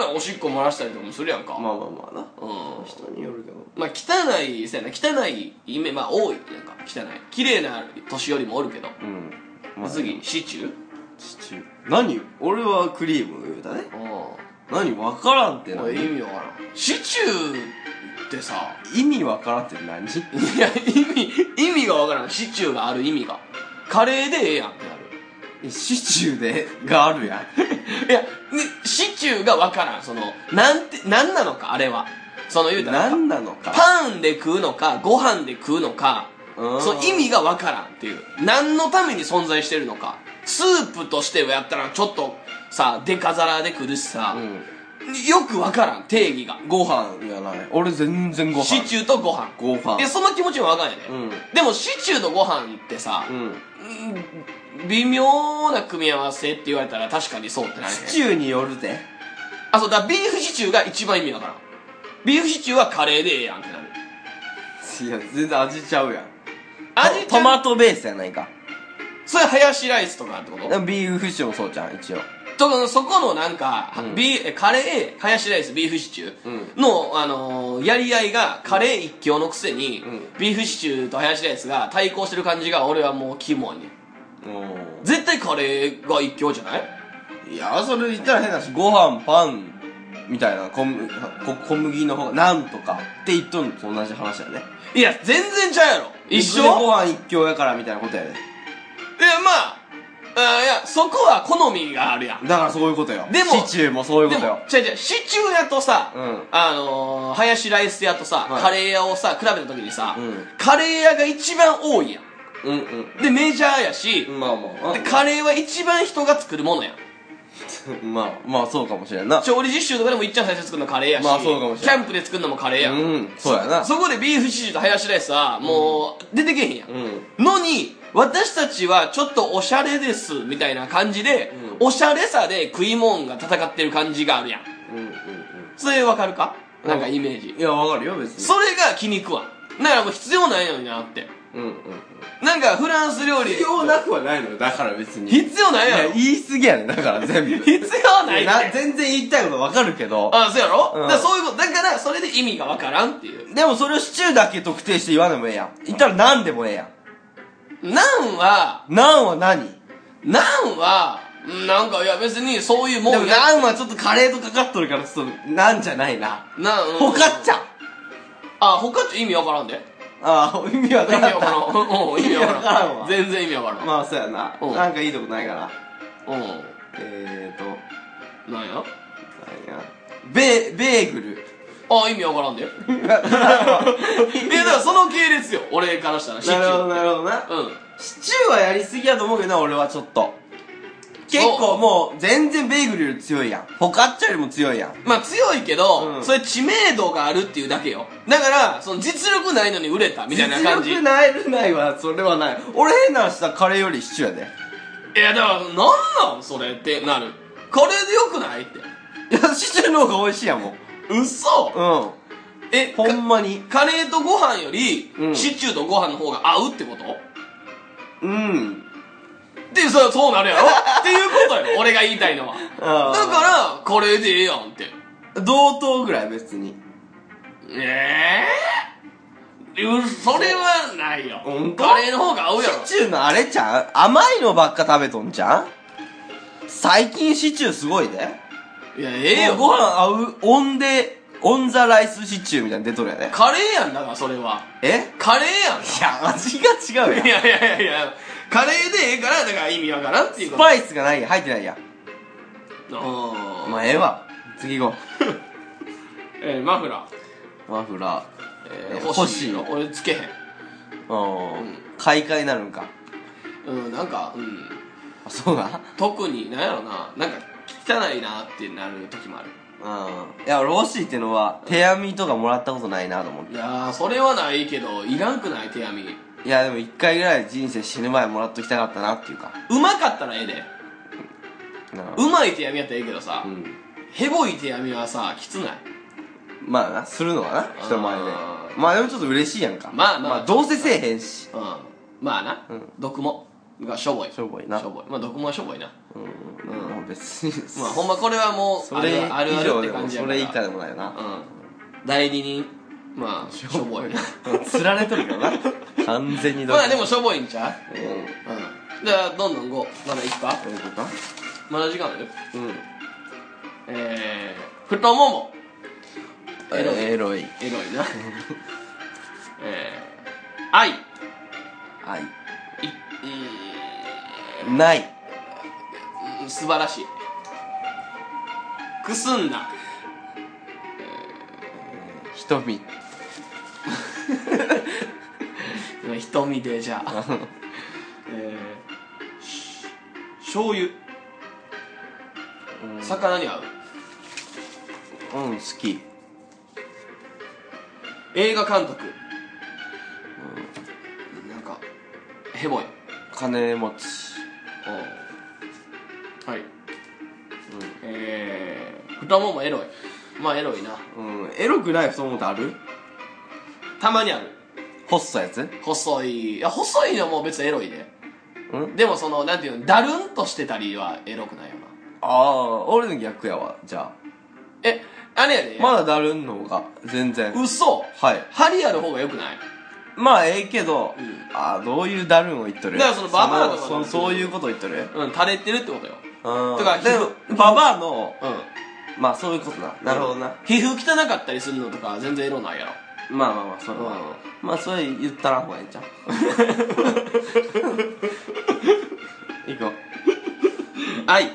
[SPEAKER 1] 汚いおしっこ漏らしたりとかもするやんか、
[SPEAKER 2] まあまあまあな
[SPEAKER 1] うん
[SPEAKER 2] 人によるけど
[SPEAKER 1] まあ汚いせやな汚いイメまあ多いなんか汚い綺麗な年寄りもおるけど、
[SPEAKER 2] うんまあ
[SPEAKER 1] 次シチュー
[SPEAKER 2] シチュー何俺はクリーム言うたね
[SPEAKER 1] う
[SPEAKER 2] 何分からんって
[SPEAKER 1] んこれ
[SPEAKER 2] 何
[SPEAKER 1] 意味わからんシチューってさ
[SPEAKER 2] 意味分からんって何
[SPEAKER 1] いや意味意味がわからんシチューがある意味がカレーでええやんってなる
[SPEAKER 2] シチューでがあるやん
[SPEAKER 1] いや、ね、シチューがわからん。その、なんて、なんなのか、あれは。その言うたら
[SPEAKER 2] 何なのか
[SPEAKER 1] パンで食うのかご飯で食うのか
[SPEAKER 2] うん
[SPEAKER 1] その意味がわからんっていう何のために存在してるのかスープとしてやったらちょっとさでか皿で来るしさ、
[SPEAKER 2] う
[SPEAKER 1] よくわからん定義が
[SPEAKER 2] んご飯やない俺全然ご飯
[SPEAKER 1] シチューとご飯
[SPEAKER 2] ご飯
[SPEAKER 1] でその気持ちもわかんやね、
[SPEAKER 2] うん
[SPEAKER 1] でもシチューとご飯ってさ、
[SPEAKER 2] うん
[SPEAKER 1] うん微妙な組み合わせって言われたら確かにそうってなるね
[SPEAKER 2] シチューによるで
[SPEAKER 1] あそうだからビーフシチューが一番意味わからんビーフシチューはカレーでええやんってなる
[SPEAKER 2] いや全然味ちゃうやん
[SPEAKER 1] 味
[SPEAKER 2] トトマトベースやないか
[SPEAKER 1] それハヤシライスとかってこと
[SPEAKER 2] ビーフシチューもそうじゃん一応
[SPEAKER 1] とかそこのなんか、
[SPEAKER 2] うん
[SPEAKER 1] ビーえカレーハヤシライスビーフシチュ
[SPEAKER 2] う
[SPEAKER 1] ーの、あのーやり合いがカレー一強のくせに、
[SPEAKER 2] うん
[SPEAKER 1] ビーフシチューとハヤシライスが対抗してる感じが俺はもうキモいね
[SPEAKER 2] う
[SPEAKER 1] 絶対カレーが一強じゃない
[SPEAKER 2] んいやそれ言ったら変だしご飯パンみたいな小麦こ小麦の方がなんとかって言っとんのと同じ話やね
[SPEAKER 1] いや全然ちゃうやろ一緒
[SPEAKER 2] いずれご飯一強やからみたいなことやで
[SPEAKER 1] いやまああーいやそこは好みがあるやん
[SPEAKER 2] だからそういうことよ
[SPEAKER 1] でも
[SPEAKER 2] シチューもそういう
[SPEAKER 1] で
[SPEAKER 2] こと
[SPEAKER 1] も
[SPEAKER 2] よ
[SPEAKER 1] 違う違うシチュー屋とさ、
[SPEAKER 2] うん
[SPEAKER 1] あのー、ハヤシライス屋とさ、
[SPEAKER 2] はい
[SPEAKER 1] カレー屋をさ比べた時にさ、
[SPEAKER 2] うん
[SPEAKER 1] カレー屋が一番多いやん
[SPEAKER 2] うんうん
[SPEAKER 1] でメジャーやし、
[SPEAKER 2] まあまあ
[SPEAKER 1] でカレーは一番人が作るものやん
[SPEAKER 2] まあまあそうかもしれんな
[SPEAKER 1] 調理実習とかでもいっちゃん最初に作るのカレーやし,、
[SPEAKER 2] まあそうかもしれん
[SPEAKER 1] キャンプで作るのもカレーやん、
[SPEAKER 2] うんそうやな
[SPEAKER 1] そこでビーフシチューとハヤシライスはもう出てけへんやん、
[SPEAKER 2] うん
[SPEAKER 1] のに私たちはちょっとおしゃれですみたいな感じで、おしゃれさで食いもんが戦ってる感じがあるやん
[SPEAKER 2] うんうん
[SPEAKER 1] それわかるか
[SPEAKER 2] うん
[SPEAKER 1] なんかイメージ、
[SPEAKER 2] うんいやわかるよ別に
[SPEAKER 1] それが気に食わんだからもう必要ないのになって
[SPEAKER 2] うんうん
[SPEAKER 1] なんかフランス料理
[SPEAKER 2] 必要なくはないのよだから別に
[SPEAKER 1] 必要ないや
[SPEAKER 2] い
[SPEAKER 1] ろ
[SPEAKER 2] や言い過ぎやねだから全 部
[SPEAKER 1] 必要ないって
[SPEAKER 2] な全然言いたいことわかるけ ど
[SPEAKER 1] あそうやろ、
[SPEAKER 2] う
[SPEAKER 1] だ
[SPEAKER 2] ん
[SPEAKER 1] からそういうことだからそれで意味がわからんっていう
[SPEAKER 2] でもそれをシチューだけ特定して言わんでもええやん言ったら何でもええや
[SPEAKER 1] なんは
[SPEAKER 2] ん何は何
[SPEAKER 1] なんはうんなんかいや別にそういうもん
[SPEAKER 2] で
[SPEAKER 1] や
[SPEAKER 2] も何はちょっとカレーとかかっとるからちょっとなんじゃないな
[SPEAKER 1] なんうん
[SPEAKER 2] ホカッチャ
[SPEAKER 1] あホカッチャ意味わからんで
[SPEAKER 2] ああ 意味わ
[SPEAKER 1] 意味
[SPEAKER 2] からんな
[SPEAKER 1] わからんうんうん意味わ
[SPEAKER 2] 意味わから
[SPEAKER 1] か
[SPEAKER 2] ん
[SPEAKER 1] らん
[SPEAKER 2] わ
[SPEAKER 1] 全然意味わからん、
[SPEAKER 2] まあそうやな
[SPEAKER 1] うん
[SPEAKER 2] なんかいいとこないかな
[SPEAKER 1] う
[SPEAKER 2] えーと
[SPEAKER 1] んなんや
[SPEAKER 2] 何やベーベーグ ル
[SPEAKER 1] あ意味わから んでいやだからその系列よ俺からしたらシチュ
[SPEAKER 2] なるほど
[SPEAKER 1] ー
[SPEAKER 2] なるほどな
[SPEAKER 1] うん
[SPEAKER 2] シチューはやりすぎやと思うけどな俺はちょっと結構もう全然ベーグルより強いやんホカッチャよりも強いやん
[SPEAKER 1] まあ強いけど、
[SPEAKER 2] うん
[SPEAKER 1] それ知名度があるっていうだけよだからその実力ないのに売れたみたいな感じい
[SPEAKER 2] 実力ないるないはそれはない俺変な話したらカレーよりシチューやで
[SPEAKER 1] やだからなんなんそれってなるこれでよくないって
[SPEAKER 2] いやシチューの方が美味しいやもん
[SPEAKER 1] 嘘
[SPEAKER 2] うん
[SPEAKER 1] え
[SPEAKER 2] ほ
[SPEAKER 1] か
[SPEAKER 2] んまに
[SPEAKER 1] カレーとご飯より、
[SPEAKER 2] うん
[SPEAKER 1] シチューとご飯の方が合うってこと
[SPEAKER 2] うん
[SPEAKER 1] ってそうそうなる やろっていうことよ俺が言いたいのはだ
[SPEAKER 2] あー
[SPEAKER 1] からカレーでええやんって
[SPEAKER 2] 同等ぐらい別に
[SPEAKER 1] ええー、それはないよ
[SPEAKER 2] ほんと
[SPEAKER 1] カレーの方が合うやろ
[SPEAKER 2] シチューのあれちゃん甘いのばっか食べとんじゃん最近シチューすごいで
[SPEAKER 1] いやええよ
[SPEAKER 2] もうご飯合うオンでオンザライスシチューみたいなの出とるやで
[SPEAKER 1] カレーやんだからそれは
[SPEAKER 2] え
[SPEAKER 1] カレーやん
[SPEAKER 2] いや味が違うやん
[SPEAKER 1] いやいやいやいやカレーでええからだから意味わからんっていう
[SPEAKER 2] ス
[SPEAKER 1] こと
[SPEAKER 2] パイスがないやん入ってないやん
[SPEAKER 1] あ
[SPEAKER 2] まあええわ次行こ
[SPEAKER 1] ーえーマフラー、
[SPEAKER 2] うマフラー
[SPEAKER 1] えー
[SPEAKER 2] 欲しい
[SPEAKER 1] 欲俺つけへん
[SPEAKER 2] うん買い替えになるんか
[SPEAKER 1] うんなんかうん
[SPEAKER 2] あそうだ
[SPEAKER 1] 特になんやろななんか汚いなってなる時もある
[SPEAKER 2] うんいや俺欲しいっていうのは手編みとかもらったことないなと思って
[SPEAKER 1] いやーそれはないけどいらんくない手紙
[SPEAKER 2] いやでも一回ぐらい人生死ぬ前もらっときたかったなっていうか
[SPEAKER 1] うまかったらええで
[SPEAKER 2] な
[SPEAKER 1] うまい手紙やったらええけどさ、
[SPEAKER 2] うん
[SPEAKER 1] ヘボい手紙はさきつない
[SPEAKER 2] まあなするのはな人前で
[SPEAKER 1] あー
[SPEAKER 2] まあでもちょっと嬉しいやんか
[SPEAKER 1] まあまあ
[SPEAKER 2] どうせせえへんし
[SPEAKER 1] うんまあな、
[SPEAKER 2] うん
[SPEAKER 1] 毒もがしょぼい
[SPEAKER 2] しょぼいな
[SPEAKER 1] しょぼいまあ毒もはしょぼいな
[SPEAKER 2] うん、
[SPEAKER 1] うん
[SPEAKER 2] まあ別に
[SPEAKER 1] まあほんまこれはもう
[SPEAKER 2] それ
[SPEAKER 1] あるあ
[SPEAKER 2] 以
[SPEAKER 1] るあるっ
[SPEAKER 2] 上で
[SPEAKER 1] て感
[SPEAKER 2] も
[SPEAKER 1] じや
[SPEAKER 2] そ
[SPEAKER 1] から
[SPEAKER 2] れ以下でもないよな
[SPEAKER 1] うん代理人まあしょぼいな
[SPEAKER 2] 釣られとるけどな完全 に
[SPEAKER 1] まあで
[SPEAKER 2] も
[SPEAKER 1] もしょぼいんちゃう
[SPEAKER 2] うん
[SPEAKER 1] うんじゃあどんどん5まだいくか
[SPEAKER 2] どういうことか
[SPEAKER 1] まだ時間ある
[SPEAKER 2] うん
[SPEAKER 1] えー太ももエロい
[SPEAKER 2] エロい
[SPEAKER 1] エロいなえー愛い
[SPEAKER 2] はいうない
[SPEAKER 1] ーん素晴らしいくすんだ
[SPEAKER 2] 瞳。
[SPEAKER 1] 瞳でじゃあ えーし醤油魚に合う
[SPEAKER 2] うん、好き。
[SPEAKER 1] 映画監督、なんかヘボい
[SPEAKER 2] 金持ち。
[SPEAKER 1] はい、えー、太ももエロいまあエロいな
[SPEAKER 2] うん、エロくない太ももってある
[SPEAKER 1] たまにある
[SPEAKER 2] 細いやつ
[SPEAKER 1] 細いいや細いのはもう別にエロいで、
[SPEAKER 2] うん
[SPEAKER 1] でもそのなんていうのだるんとしてたりはエロくないよな
[SPEAKER 2] ああ、俺の逆やわ、じゃ
[SPEAKER 1] えあれやで、
[SPEAKER 2] あ。まだだるんの方が、全然。
[SPEAKER 1] 嘘
[SPEAKER 2] はい。
[SPEAKER 1] 針ある方がよくない
[SPEAKER 2] まあ、ええけど、
[SPEAKER 1] うん
[SPEAKER 2] ああ、どういうだるんを言っとる
[SPEAKER 1] だからそのババアとか
[SPEAKER 2] そのそのそういうこと言っとる
[SPEAKER 1] うん垂れてるってことよ
[SPEAKER 2] うん。
[SPEAKER 1] てか
[SPEAKER 2] でもババアの、
[SPEAKER 1] うん
[SPEAKER 2] まあそういうことな。なるほどな。
[SPEAKER 1] 皮膚汚かったりするのとか全然エロないやろ
[SPEAKER 2] まあまあまあ、それは。まあ、それ言ったらほうがええんちゃう 行こ
[SPEAKER 1] 愛
[SPEAKER 2] う。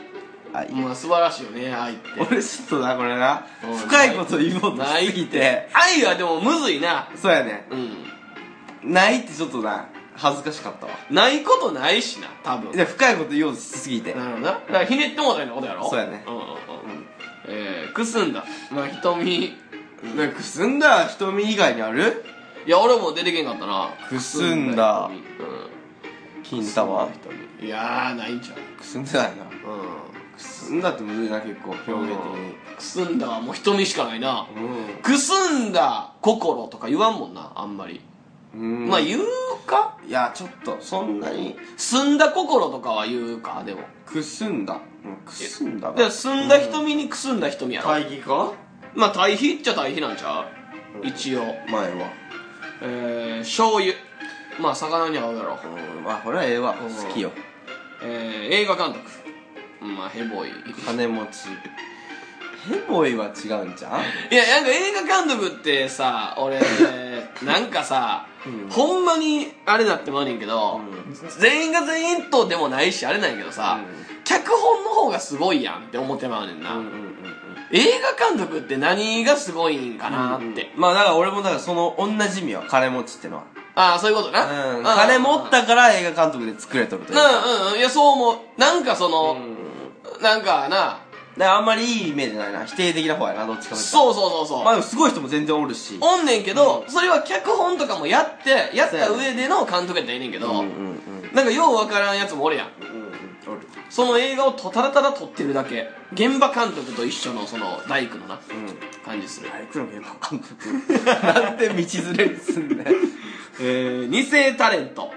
[SPEAKER 2] はい。
[SPEAKER 1] もう素晴らしいよね愛って
[SPEAKER 2] 俺ちょっとな、これな
[SPEAKER 1] うん。
[SPEAKER 2] 深いこと言おうとしすぎて。
[SPEAKER 1] 愛はでもむずいな
[SPEAKER 2] そうやね。
[SPEAKER 1] うん
[SPEAKER 2] ないってちょっとな、恥ずかしかったわ。
[SPEAKER 1] ないことないしな多分
[SPEAKER 2] いや、深いこと言おうとしすぎて。
[SPEAKER 1] なるほどなだからひねってもうたようなことやろ
[SPEAKER 2] そうやね
[SPEAKER 1] うんうんうんえー、くすんだまあ瞳
[SPEAKER 2] なんかくすんだ瞳以外にある
[SPEAKER 1] いや俺も出てけんかったな
[SPEAKER 2] くすんだ
[SPEAKER 1] くすんだ瞳
[SPEAKER 2] 金玉。
[SPEAKER 1] うんいやーないんちゃう
[SPEAKER 2] くすんでないな。
[SPEAKER 1] う
[SPEAKER 2] くすんだってむずいな、結構、表現
[SPEAKER 1] ん
[SPEAKER 2] 的
[SPEAKER 1] くすんだはもう瞳しかないな
[SPEAKER 2] に。
[SPEAKER 1] くすんだ心とか言わんもんなあんまり
[SPEAKER 2] うん。うん。
[SPEAKER 1] まあ言うか
[SPEAKER 2] いや、ちょっと、そんなに、
[SPEAKER 1] すんだ心とかは言うかでも
[SPEAKER 2] くすんだ。うんくすんだ
[SPEAKER 1] だからすんだ瞳にくすんだ瞳やろ、
[SPEAKER 2] 会議か
[SPEAKER 1] まあ対比っちゃ対比なんちゃう一応
[SPEAKER 2] 前は。
[SPEAKER 1] えー、醤油まあ魚に合うやろ
[SPEAKER 2] うん、まあ、これはええわ。
[SPEAKER 1] うん
[SPEAKER 2] 好きよ。
[SPEAKER 1] えー、映画監督まあヘボいい
[SPEAKER 2] 金持ち。ヘボイは違うんじゃん
[SPEAKER 1] やなんか映画監督ってさ俺 なんかさ、
[SPEAKER 2] うん
[SPEAKER 1] ほんまにあれだってもあるんやけど、
[SPEAKER 2] うん
[SPEAKER 1] 全員が全員とでもないしあれなんやけどさ、
[SPEAKER 2] う
[SPEAKER 1] 脚本の方がすごいやんって思ってまうねんな、
[SPEAKER 2] うんうんうんうん。
[SPEAKER 1] 映画監督って何がすごいんかなって、
[SPEAKER 2] まあだから俺もだからその同じ意味は金持ちってのは、
[SPEAKER 1] ああそういうことな、
[SPEAKER 2] うん、
[SPEAKER 1] あー
[SPEAKER 2] 金持ったから映画監督で作れとるというか
[SPEAKER 1] うんうんうんいやそう思うなんかその、
[SPEAKER 2] うん
[SPEAKER 1] なんかな
[SPEAKER 2] だからあんまりいいイメージないな否定的な方やなどっちかというと
[SPEAKER 1] そうそうそうそう、
[SPEAKER 2] まあでもすごい人も全然おるし
[SPEAKER 1] おんねんけど、それは脚本とかもやってやった上での監督やったらええねんけど、
[SPEAKER 2] うんうん
[SPEAKER 1] なんかようわからんやつもおるやん
[SPEAKER 2] うんおる
[SPEAKER 1] その映画をとただただ撮ってるだけ現場監督と一緒のその大工のな
[SPEAKER 2] うん
[SPEAKER 1] 感じする
[SPEAKER 2] あれ黒の映画監督 なんて道連れにすんねん
[SPEAKER 1] えー、二世タレント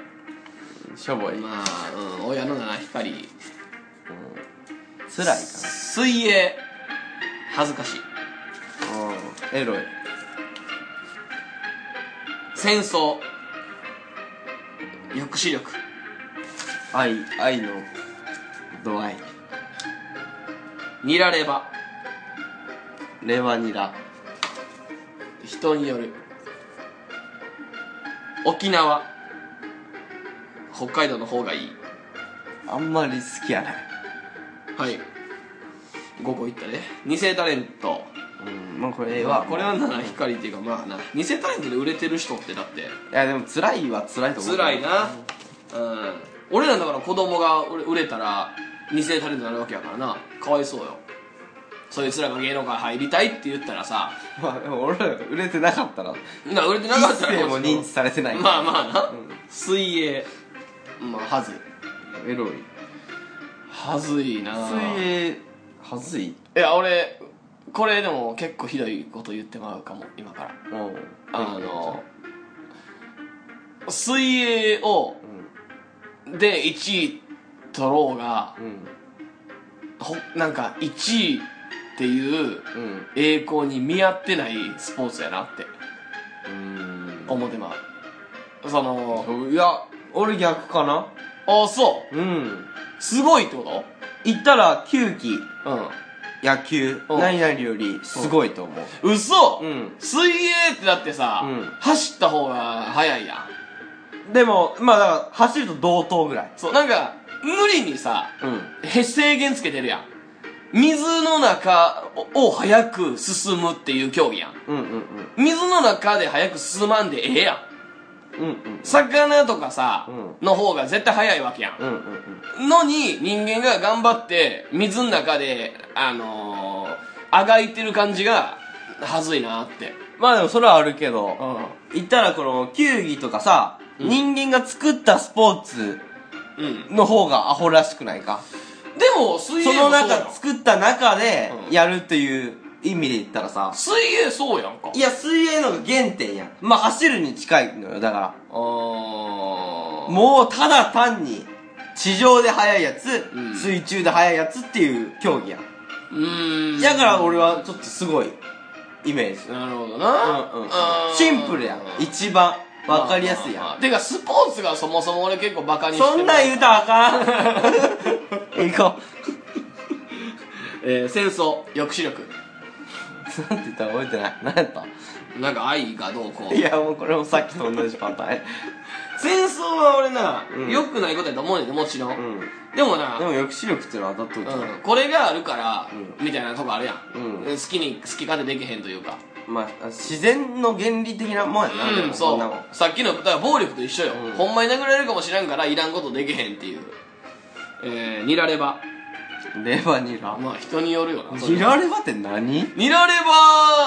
[SPEAKER 2] しょぼい
[SPEAKER 1] まあ、うん、親の七光
[SPEAKER 2] 辛いか
[SPEAKER 1] 水泳恥ずかしい
[SPEAKER 2] なうんエロい
[SPEAKER 1] 戦争抑止力
[SPEAKER 2] 愛愛の度合い
[SPEAKER 1] ニラレバ
[SPEAKER 2] レバニラ
[SPEAKER 1] 人による沖縄北海道の方がいい
[SPEAKER 2] あんまり好きやない
[SPEAKER 1] はい5個いったね偽タレント
[SPEAKER 2] うんまあこれ
[SPEAKER 1] まあ
[SPEAKER 2] は
[SPEAKER 1] これはな光っていうかまあな偽タレントで売れてる人ってだって
[SPEAKER 2] いやでも辛いは辛いと思う
[SPEAKER 1] 辛いなうん俺らだから子供が売れ売れたら偽タレントになるわけやからなかわいそうよそいつらが芸能界入りたいって言ったらさ
[SPEAKER 2] まあでも俺ら売れてなかったら
[SPEAKER 1] な売れてな
[SPEAKER 2] 一
[SPEAKER 1] かったら
[SPEAKER 2] 世も認知されてない
[SPEAKER 1] まあまあな、
[SPEAKER 2] うん
[SPEAKER 1] 水泳まあはずい
[SPEAKER 2] エロい
[SPEAKER 1] はずいな
[SPEAKER 2] 水泳はずい
[SPEAKER 1] いや俺これでも結構ひどいこと言ってもらうかも今から
[SPEAKER 2] うん
[SPEAKER 1] あの水泳をで1位取ろうが
[SPEAKER 2] うん
[SPEAKER 1] ほなんか1位っていう
[SPEAKER 2] うん
[SPEAKER 1] 栄光に見合ってないスポーツやなって
[SPEAKER 2] うん
[SPEAKER 1] 思ってまうその
[SPEAKER 2] いや俺逆かな
[SPEAKER 1] あそ
[SPEAKER 2] うん
[SPEAKER 1] うすごいってこ
[SPEAKER 2] 行ったら球技
[SPEAKER 1] と
[SPEAKER 2] 野球
[SPEAKER 1] うん
[SPEAKER 2] 何々よりすごいと思う
[SPEAKER 1] うん嘘、
[SPEAKER 2] うん
[SPEAKER 1] 水泳ってだってさ、
[SPEAKER 2] うん
[SPEAKER 1] 走った方が速いやん
[SPEAKER 2] でもまあだから走ると同等ぐらい
[SPEAKER 1] そうなんか無理にさ
[SPEAKER 2] うん
[SPEAKER 1] へ制限つけてるやん水の中を早く進むっていう競技やん。
[SPEAKER 2] うんうん
[SPEAKER 1] 水の中で早く進まんでええやん。
[SPEAKER 2] うんうんうん
[SPEAKER 1] 魚とかさ、
[SPEAKER 2] う
[SPEAKER 1] の方が絶対早いわけやん。
[SPEAKER 2] うんうんうん
[SPEAKER 1] のに、人間が頑張って、水の中で、あのー、あがいてる感じが、はずいなって。
[SPEAKER 2] まあでもそれはあるけど
[SPEAKER 1] うん。
[SPEAKER 2] 言ったらこの球技とかさ、人間が作ったスポーツ
[SPEAKER 1] うん。
[SPEAKER 2] の方がアホらしくないか
[SPEAKER 1] でも、水泳も
[SPEAKER 2] そ
[SPEAKER 1] そ
[SPEAKER 2] の
[SPEAKER 1] うやん。
[SPEAKER 2] 中作った中で
[SPEAKER 1] うん
[SPEAKER 2] やるっていう意味で言ったらさ
[SPEAKER 1] 水泳そうやんか。
[SPEAKER 2] いや水泳のが原点やんまあ走るに近いのよだから
[SPEAKER 1] あー。
[SPEAKER 2] もうただ単に地上で速いやつ、
[SPEAKER 1] うん
[SPEAKER 2] 水中で速いやつっていう競技やん
[SPEAKER 1] うーん。
[SPEAKER 2] だから俺はちょっとすごいイメージ
[SPEAKER 1] なるほどな。
[SPEAKER 2] うんうん
[SPEAKER 1] あー
[SPEAKER 2] シンプルやん一番わかりやすい
[SPEAKER 1] まあまあ
[SPEAKER 2] や
[SPEAKER 1] まあてか、スポーツがそもそも俺結構バカ
[SPEAKER 2] ん
[SPEAKER 1] にして
[SPEAKER 2] そんなん言う
[SPEAKER 1] う。
[SPEAKER 2] たらあ かん行こ
[SPEAKER 1] えー、戦争、抑止力。
[SPEAKER 2] うなんて言ったら覚えてない何やった
[SPEAKER 1] なんか愛がどうこう
[SPEAKER 2] い。やもうこれもさっきと同じパターンや
[SPEAKER 1] 戦争は俺な、
[SPEAKER 2] うん
[SPEAKER 1] 良くないことやと思うねんでもちろん。
[SPEAKER 2] うん
[SPEAKER 1] でもな、
[SPEAKER 2] でも抑止力っていうのは当たっといた
[SPEAKER 1] うん、これがあるから、
[SPEAKER 2] う
[SPEAKER 1] みたいなとこあるやん、
[SPEAKER 2] うん
[SPEAKER 1] 好きに好き勝手できへんというか
[SPEAKER 2] まあ自然の原理的なもんやな、で
[SPEAKER 1] うん
[SPEAKER 2] も
[SPEAKER 1] そ
[SPEAKER 2] んなもん
[SPEAKER 1] うさっきのだから暴力と一緒よ、
[SPEAKER 2] うん
[SPEAKER 1] ほんまに殴られるかもしらんからいらんことできへんっていうえー、ニラレバ
[SPEAKER 2] レバニラ
[SPEAKER 1] まあ人によるよなそれ
[SPEAKER 2] ニラレバって何
[SPEAKER 1] ニラレ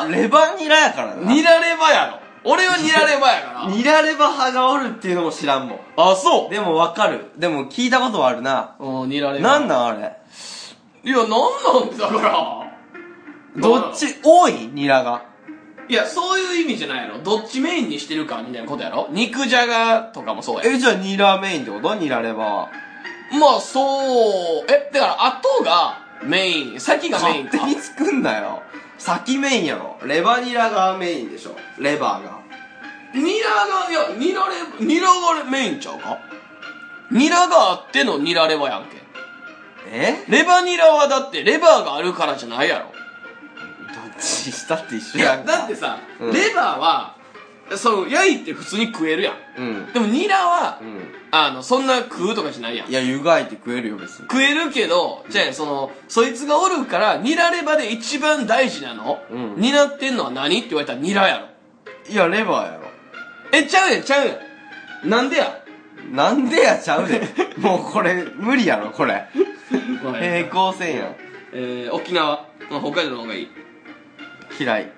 [SPEAKER 1] バ
[SPEAKER 2] レバニラやからな
[SPEAKER 1] ニラレバやろ俺はニラレバやから
[SPEAKER 2] ニラレバ派がおるっていうのも知らんもん
[SPEAKER 1] あそ
[SPEAKER 2] でもわかるでも聞いたことはあるな
[SPEAKER 1] ううんニラレバ
[SPEAKER 2] なんなんあれ
[SPEAKER 1] いやなんなんってだから
[SPEAKER 2] どっち多いニラが
[SPEAKER 1] いやそういう意味じゃないやろどっちメインにしてるかみたいなことやろ肉じゃがとかもそうやん
[SPEAKER 2] えじゃあニラメインってことニラレバは
[SPEAKER 1] まあ、そう、え、だから、後がメイン、先がメイン
[SPEAKER 2] 勝手
[SPEAKER 1] か。
[SPEAKER 2] に作んなよ先メインやろレバニラがメインでしょレバーが
[SPEAKER 1] ニラが、いや、ニラレ、ニラがメインちゃうかニラがあってのニラレバやんけ。
[SPEAKER 2] え
[SPEAKER 1] レバニラはだって、レバーがあるからじゃないやろ。
[SPEAKER 2] どっちしたって一緒
[SPEAKER 1] い
[SPEAKER 2] や
[SPEAKER 1] や、
[SPEAKER 2] んか
[SPEAKER 1] だってさ、
[SPEAKER 2] うん
[SPEAKER 1] レバーは、その、焼いて普通に食えるやん。
[SPEAKER 2] うん
[SPEAKER 1] でもニラは
[SPEAKER 2] う、ん
[SPEAKER 1] あの、そんな食うとかじゃないやん
[SPEAKER 2] い。や湯がいて食えるよ別に
[SPEAKER 1] 食えるけど、じゃあ、その、そいつがおるから、ニラレバで一番大事なの、
[SPEAKER 2] うん
[SPEAKER 1] 担ってんのは何って言われたらニラやろ。
[SPEAKER 2] いやレバーやろ
[SPEAKER 1] え、ちゃうやん、ちゃうやん。なんで や。
[SPEAKER 2] なんでやちゃうでもうこれ無理やろこれ平
[SPEAKER 1] えー、
[SPEAKER 2] 行線やん
[SPEAKER 1] えー沖縄。まあ、北海道の方がいい。
[SPEAKER 2] 嫌い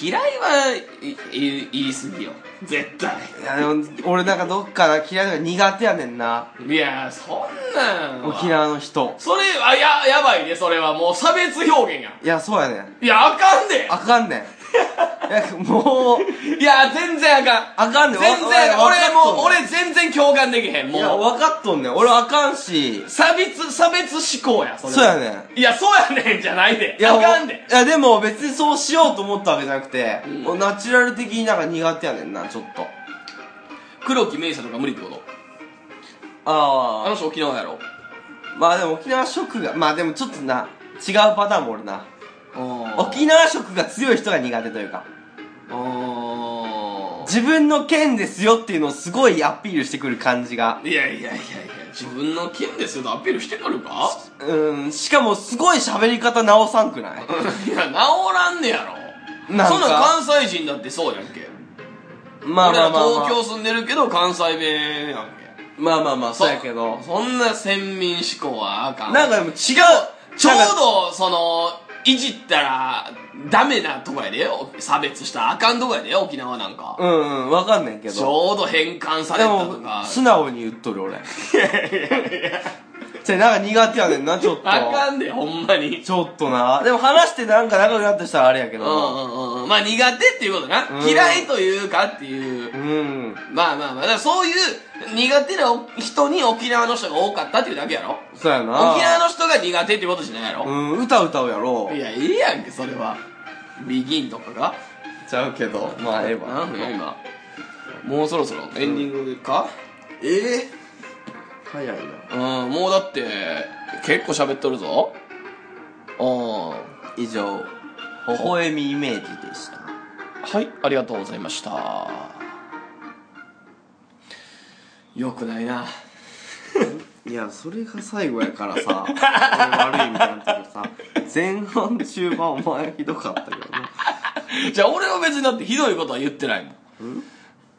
[SPEAKER 1] 嫌いは、い、い、言い過ぎよ。絶対。
[SPEAKER 2] いやでも俺なんかどっかな嫌いなのが苦手やねんない
[SPEAKER 1] やー、そんなんは。
[SPEAKER 2] 沖。縄の人
[SPEAKER 1] それ、あ、や、やばいね、それは。もう差別表現や。
[SPEAKER 2] いやそうやねん
[SPEAKER 1] いや、あかんで。
[SPEAKER 2] あかんねんいやもう
[SPEAKER 1] いや、全然あかん。
[SPEAKER 2] あかんねん
[SPEAKER 1] 全然、
[SPEAKER 2] わ
[SPEAKER 1] 俺
[SPEAKER 2] わかっとんねん
[SPEAKER 1] もう、俺全然共感できへん、
[SPEAKER 2] いや
[SPEAKER 1] もう。
[SPEAKER 2] 分かっとんねん俺あかんし
[SPEAKER 1] 差別、差別思考や、それ。
[SPEAKER 2] そうやね
[SPEAKER 1] ん。
[SPEAKER 2] ん
[SPEAKER 1] いや、そうやねんじゃないで。
[SPEAKER 2] いや
[SPEAKER 1] あかんで。
[SPEAKER 2] いやでも別にそうしようと思ったわけじゃなくて、
[SPEAKER 1] ん
[SPEAKER 2] もうナチュラル的になんか苦手やねんなちょっと
[SPEAKER 1] 黒木メイサとか無理ってことあ
[SPEAKER 2] あ
[SPEAKER 1] の人沖縄やろ。
[SPEAKER 2] あまあでも沖縄食がまあでもちょっとな違うパターンもおるな沖
[SPEAKER 1] 沖
[SPEAKER 2] 縄食が強い人が苦手というか
[SPEAKER 1] あ
[SPEAKER 2] 自分の県ですよっていうのをすごいアピールしてくる感じが
[SPEAKER 1] ーいやいやいやいや自分の県ですよとアピールしてくるか
[SPEAKER 2] うーんしかもすごい喋り方直さんくない
[SPEAKER 1] いや治らんねやろ
[SPEAKER 2] なんか
[SPEAKER 1] そんなん関西人だってそうやんけ
[SPEAKER 2] まあまあまあ
[SPEAKER 1] 俺
[SPEAKER 2] ま
[SPEAKER 1] ら
[SPEAKER 2] あ
[SPEAKER 1] 東京住んでるけど関西弁やんけ
[SPEAKER 2] まあまあまあそうやけど
[SPEAKER 1] そんな先民思考はあかん
[SPEAKER 2] なんかでも違う
[SPEAKER 1] ちょう
[SPEAKER 2] なんか
[SPEAKER 1] どそのいじったらダメなとこやでよ差別したらあかんとこやでよ沖縄なんか、
[SPEAKER 2] うんうんわかんないけ
[SPEAKER 1] ち
[SPEAKER 2] ど
[SPEAKER 1] ょうど変換され
[SPEAKER 2] で
[SPEAKER 1] たと
[SPEAKER 2] も
[SPEAKER 1] か
[SPEAKER 2] 素直に言っとる俺じゃなんか苦手やねんなちょっと
[SPEAKER 1] あかんでほんまに
[SPEAKER 2] ちょっとなでも話してなんか仲良くなった人はあれやけ
[SPEAKER 1] うん
[SPEAKER 2] ど
[SPEAKER 1] うんうんまあ苦手っていうことな、
[SPEAKER 2] うん
[SPEAKER 1] 嫌いというかっていう
[SPEAKER 2] うん、
[SPEAKER 1] まあまあまあだからそういう苦手な人に沖縄の人が多かったっていうだけやろ
[SPEAKER 2] そうやな
[SPEAKER 1] 沖縄の人が苦手ってことじゃないやろ、
[SPEAKER 2] うん歌歌うやろ
[SPEAKER 1] いやいいやんけそれはビギンとかが
[SPEAKER 2] ちゃうけどまあええ
[SPEAKER 1] な
[SPEAKER 2] わ
[SPEAKER 1] んや今もうそろそろエンディングか、
[SPEAKER 2] ええ早いな
[SPEAKER 1] うん、もうだって結構喋っとるぞうん
[SPEAKER 2] 以上微笑みイメージでした
[SPEAKER 1] はいありがとうございましたよくないな
[SPEAKER 2] いやそれが最後やからさ俺悪いみたいになってるけどさ前半中盤お前ひどかったけどな
[SPEAKER 1] じゃあ俺は別にだってひどいことは言ってないもん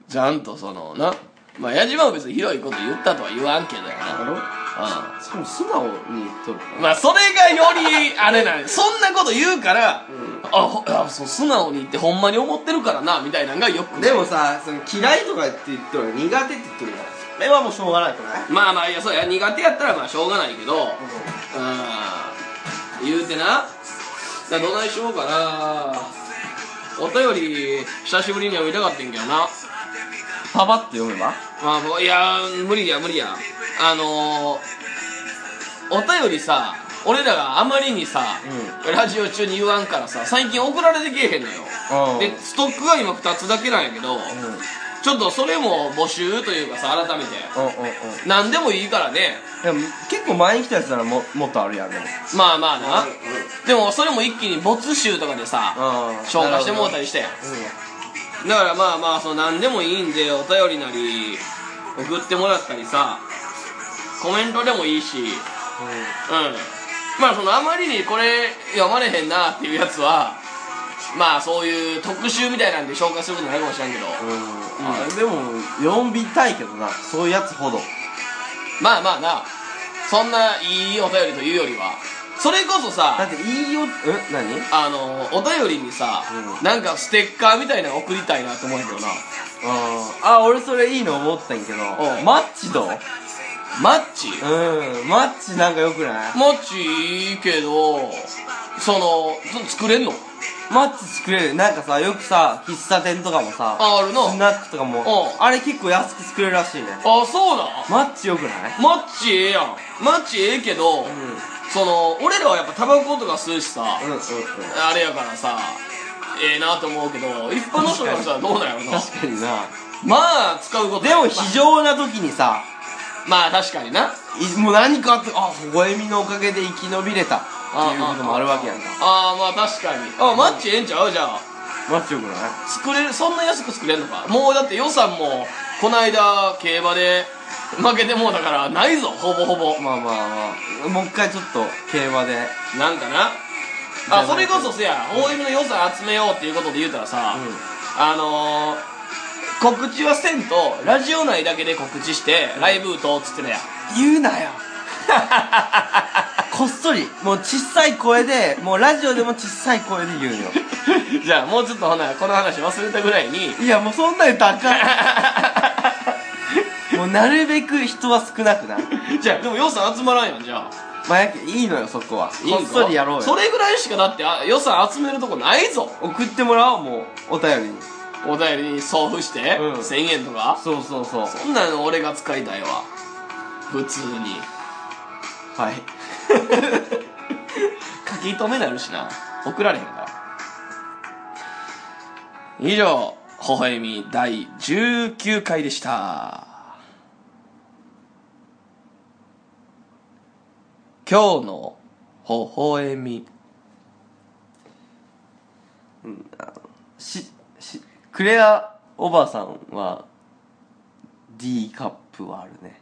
[SPEAKER 1] ちゃんとそのなまあ矢島は別にひどいこと言ったとは言わんけどやな
[SPEAKER 2] だろ
[SPEAKER 1] う
[SPEAKER 2] しかも素直に言っとる
[SPEAKER 1] んまあそれがよりあれなんやそんなこと言うから、あほあそう素直に言ってほんまに思ってるからなみたいなのがよくない
[SPEAKER 2] でもさその嫌いとかって言っとる苦手って言っとるからそれはもうしょうがないからね
[SPEAKER 1] まあまあいやそうや苦手やったらまあしょうがないけどうん言うてなじゃあどないしようかなお便り久しぶりに読みたかったんけどな
[SPEAKER 2] パパって読めば
[SPEAKER 1] まあもういやー無理や無理やあのー、お便りさ俺らがあまりにさ、ラジオ中に言わんからさ最近送られてけえへんのよ
[SPEAKER 2] うん
[SPEAKER 1] でストックが今2つだけなんやけど、
[SPEAKER 2] うんうん
[SPEAKER 1] ちょっとそれも募集というかさ改めて
[SPEAKER 2] うんうん
[SPEAKER 1] 何でもいいからね
[SPEAKER 2] でも結構前に来たやつならももっとあるやんでも
[SPEAKER 1] まあまあな、でもそれも一気に没収とかでさ消化してもうた
[SPEAKER 2] り
[SPEAKER 1] りしてだからまあまあその何でもいいんでお便りなり送ってもらったりさコメントでもいいしうんまあそのあまりにこれ読まれへんなっていうやつはまあそういう特集みたいなんで消化することないかもしれんけど、
[SPEAKER 2] うん、うんあでも読みたいけどなそういうやつほど
[SPEAKER 1] まあまあなそんないいお便りというよりはそれこそさ
[SPEAKER 2] だっていいよん何
[SPEAKER 1] あのお便りにさ、
[SPEAKER 2] うん
[SPEAKER 1] なんかステッカーみたいなの送りたいなと思うんやけどな
[SPEAKER 2] あーあ俺それいいの思ったんやけど
[SPEAKER 1] ん
[SPEAKER 2] マッチどう
[SPEAKER 1] マッチ
[SPEAKER 2] うんマッチなんかよくない
[SPEAKER 1] マッチいいけどそのそ作れんの
[SPEAKER 2] マッチ作れるなんかさよくさ喫茶店とかもさ
[SPEAKER 1] ああるな
[SPEAKER 2] スナックとかも
[SPEAKER 1] うん
[SPEAKER 2] あれ結構安く作れるらしいね
[SPEAKER 1] あそうなん
[SPEAKER 2] マッチよくない
[SPEAKER 1] マッチええやんマッチええけど、
[SPEAKER 2] うんうん
[SPEAKER 1] その俺らはやっぱタバコとか吸うしさ、
[SPEAKER 2] うんうん
[SPEAKER 1] あれやからさええなと思うけど一般の人からしたらどうなんやろな
[SPEAKER 2] 確かにな
[SPEAKER 1] まあ使うこと
[SPEAKER 2] でも非常な時にさ
[SPEAKER 1] まあ確かにない
[SPEAKER 2] もう何かあってあ微笑みのおかげで生き延びれたっていうこともあるわけやんか
[SPEAKER 1] ああまあ確かにあマッチええんちゃうじゃあ
[SPEAKER 2] マッチよくない
[SPEAKER 1] 作れるそんな安く作れるのかもうだって予算もこの間競馬で負けてもうだからないぞほぼほぼ
[SPEAKER 2] まあまあまあもう一回ちょっと競馬で
[SPEAKER 1] なんかなあそれこそせや OM の予算集めようっていうことで言うたらさ、あのー告知はせんとラジオ内だけで告知してライブ打とうっつってねや
[SPEAKER 2] 言うなよこっそりもう小さい声でもうラジオでも小さい声で言うよ
[SPEAKER 1] じゃあもうちょっとほなこの話忘れたぐらいに
[SPEAKER 2] いやもうそんなに高いもうなるべく人は少なくない
[SPEAKER 1] じゃあでも予算集まらんやんじゃあ
[SPEAKER 2] まあやけいいのよそこはこっそりやろうよ
[SPEAKER 1] それぐらいしかだってあ予算集めるとこないぞ
[SPEAKER 2] 送ってもらおうもうお便りに
[SPEAKER 1] お便りに送付して、
[SPEAKER 2] うん
[SPEAKER 1] 1000円とか
[SPEAKER 2] そうそうそう
[SPEAKER 1] そんなの俺が使いたいわ普通に
[SPEAKER 2] はい
[SPEAKER 1] 書 き留めなるしな送られへんから以上「微笑み」第19回でした今日の「微笑み
[SPEAKER 2] ししクレアおばさんは D カップはあるね」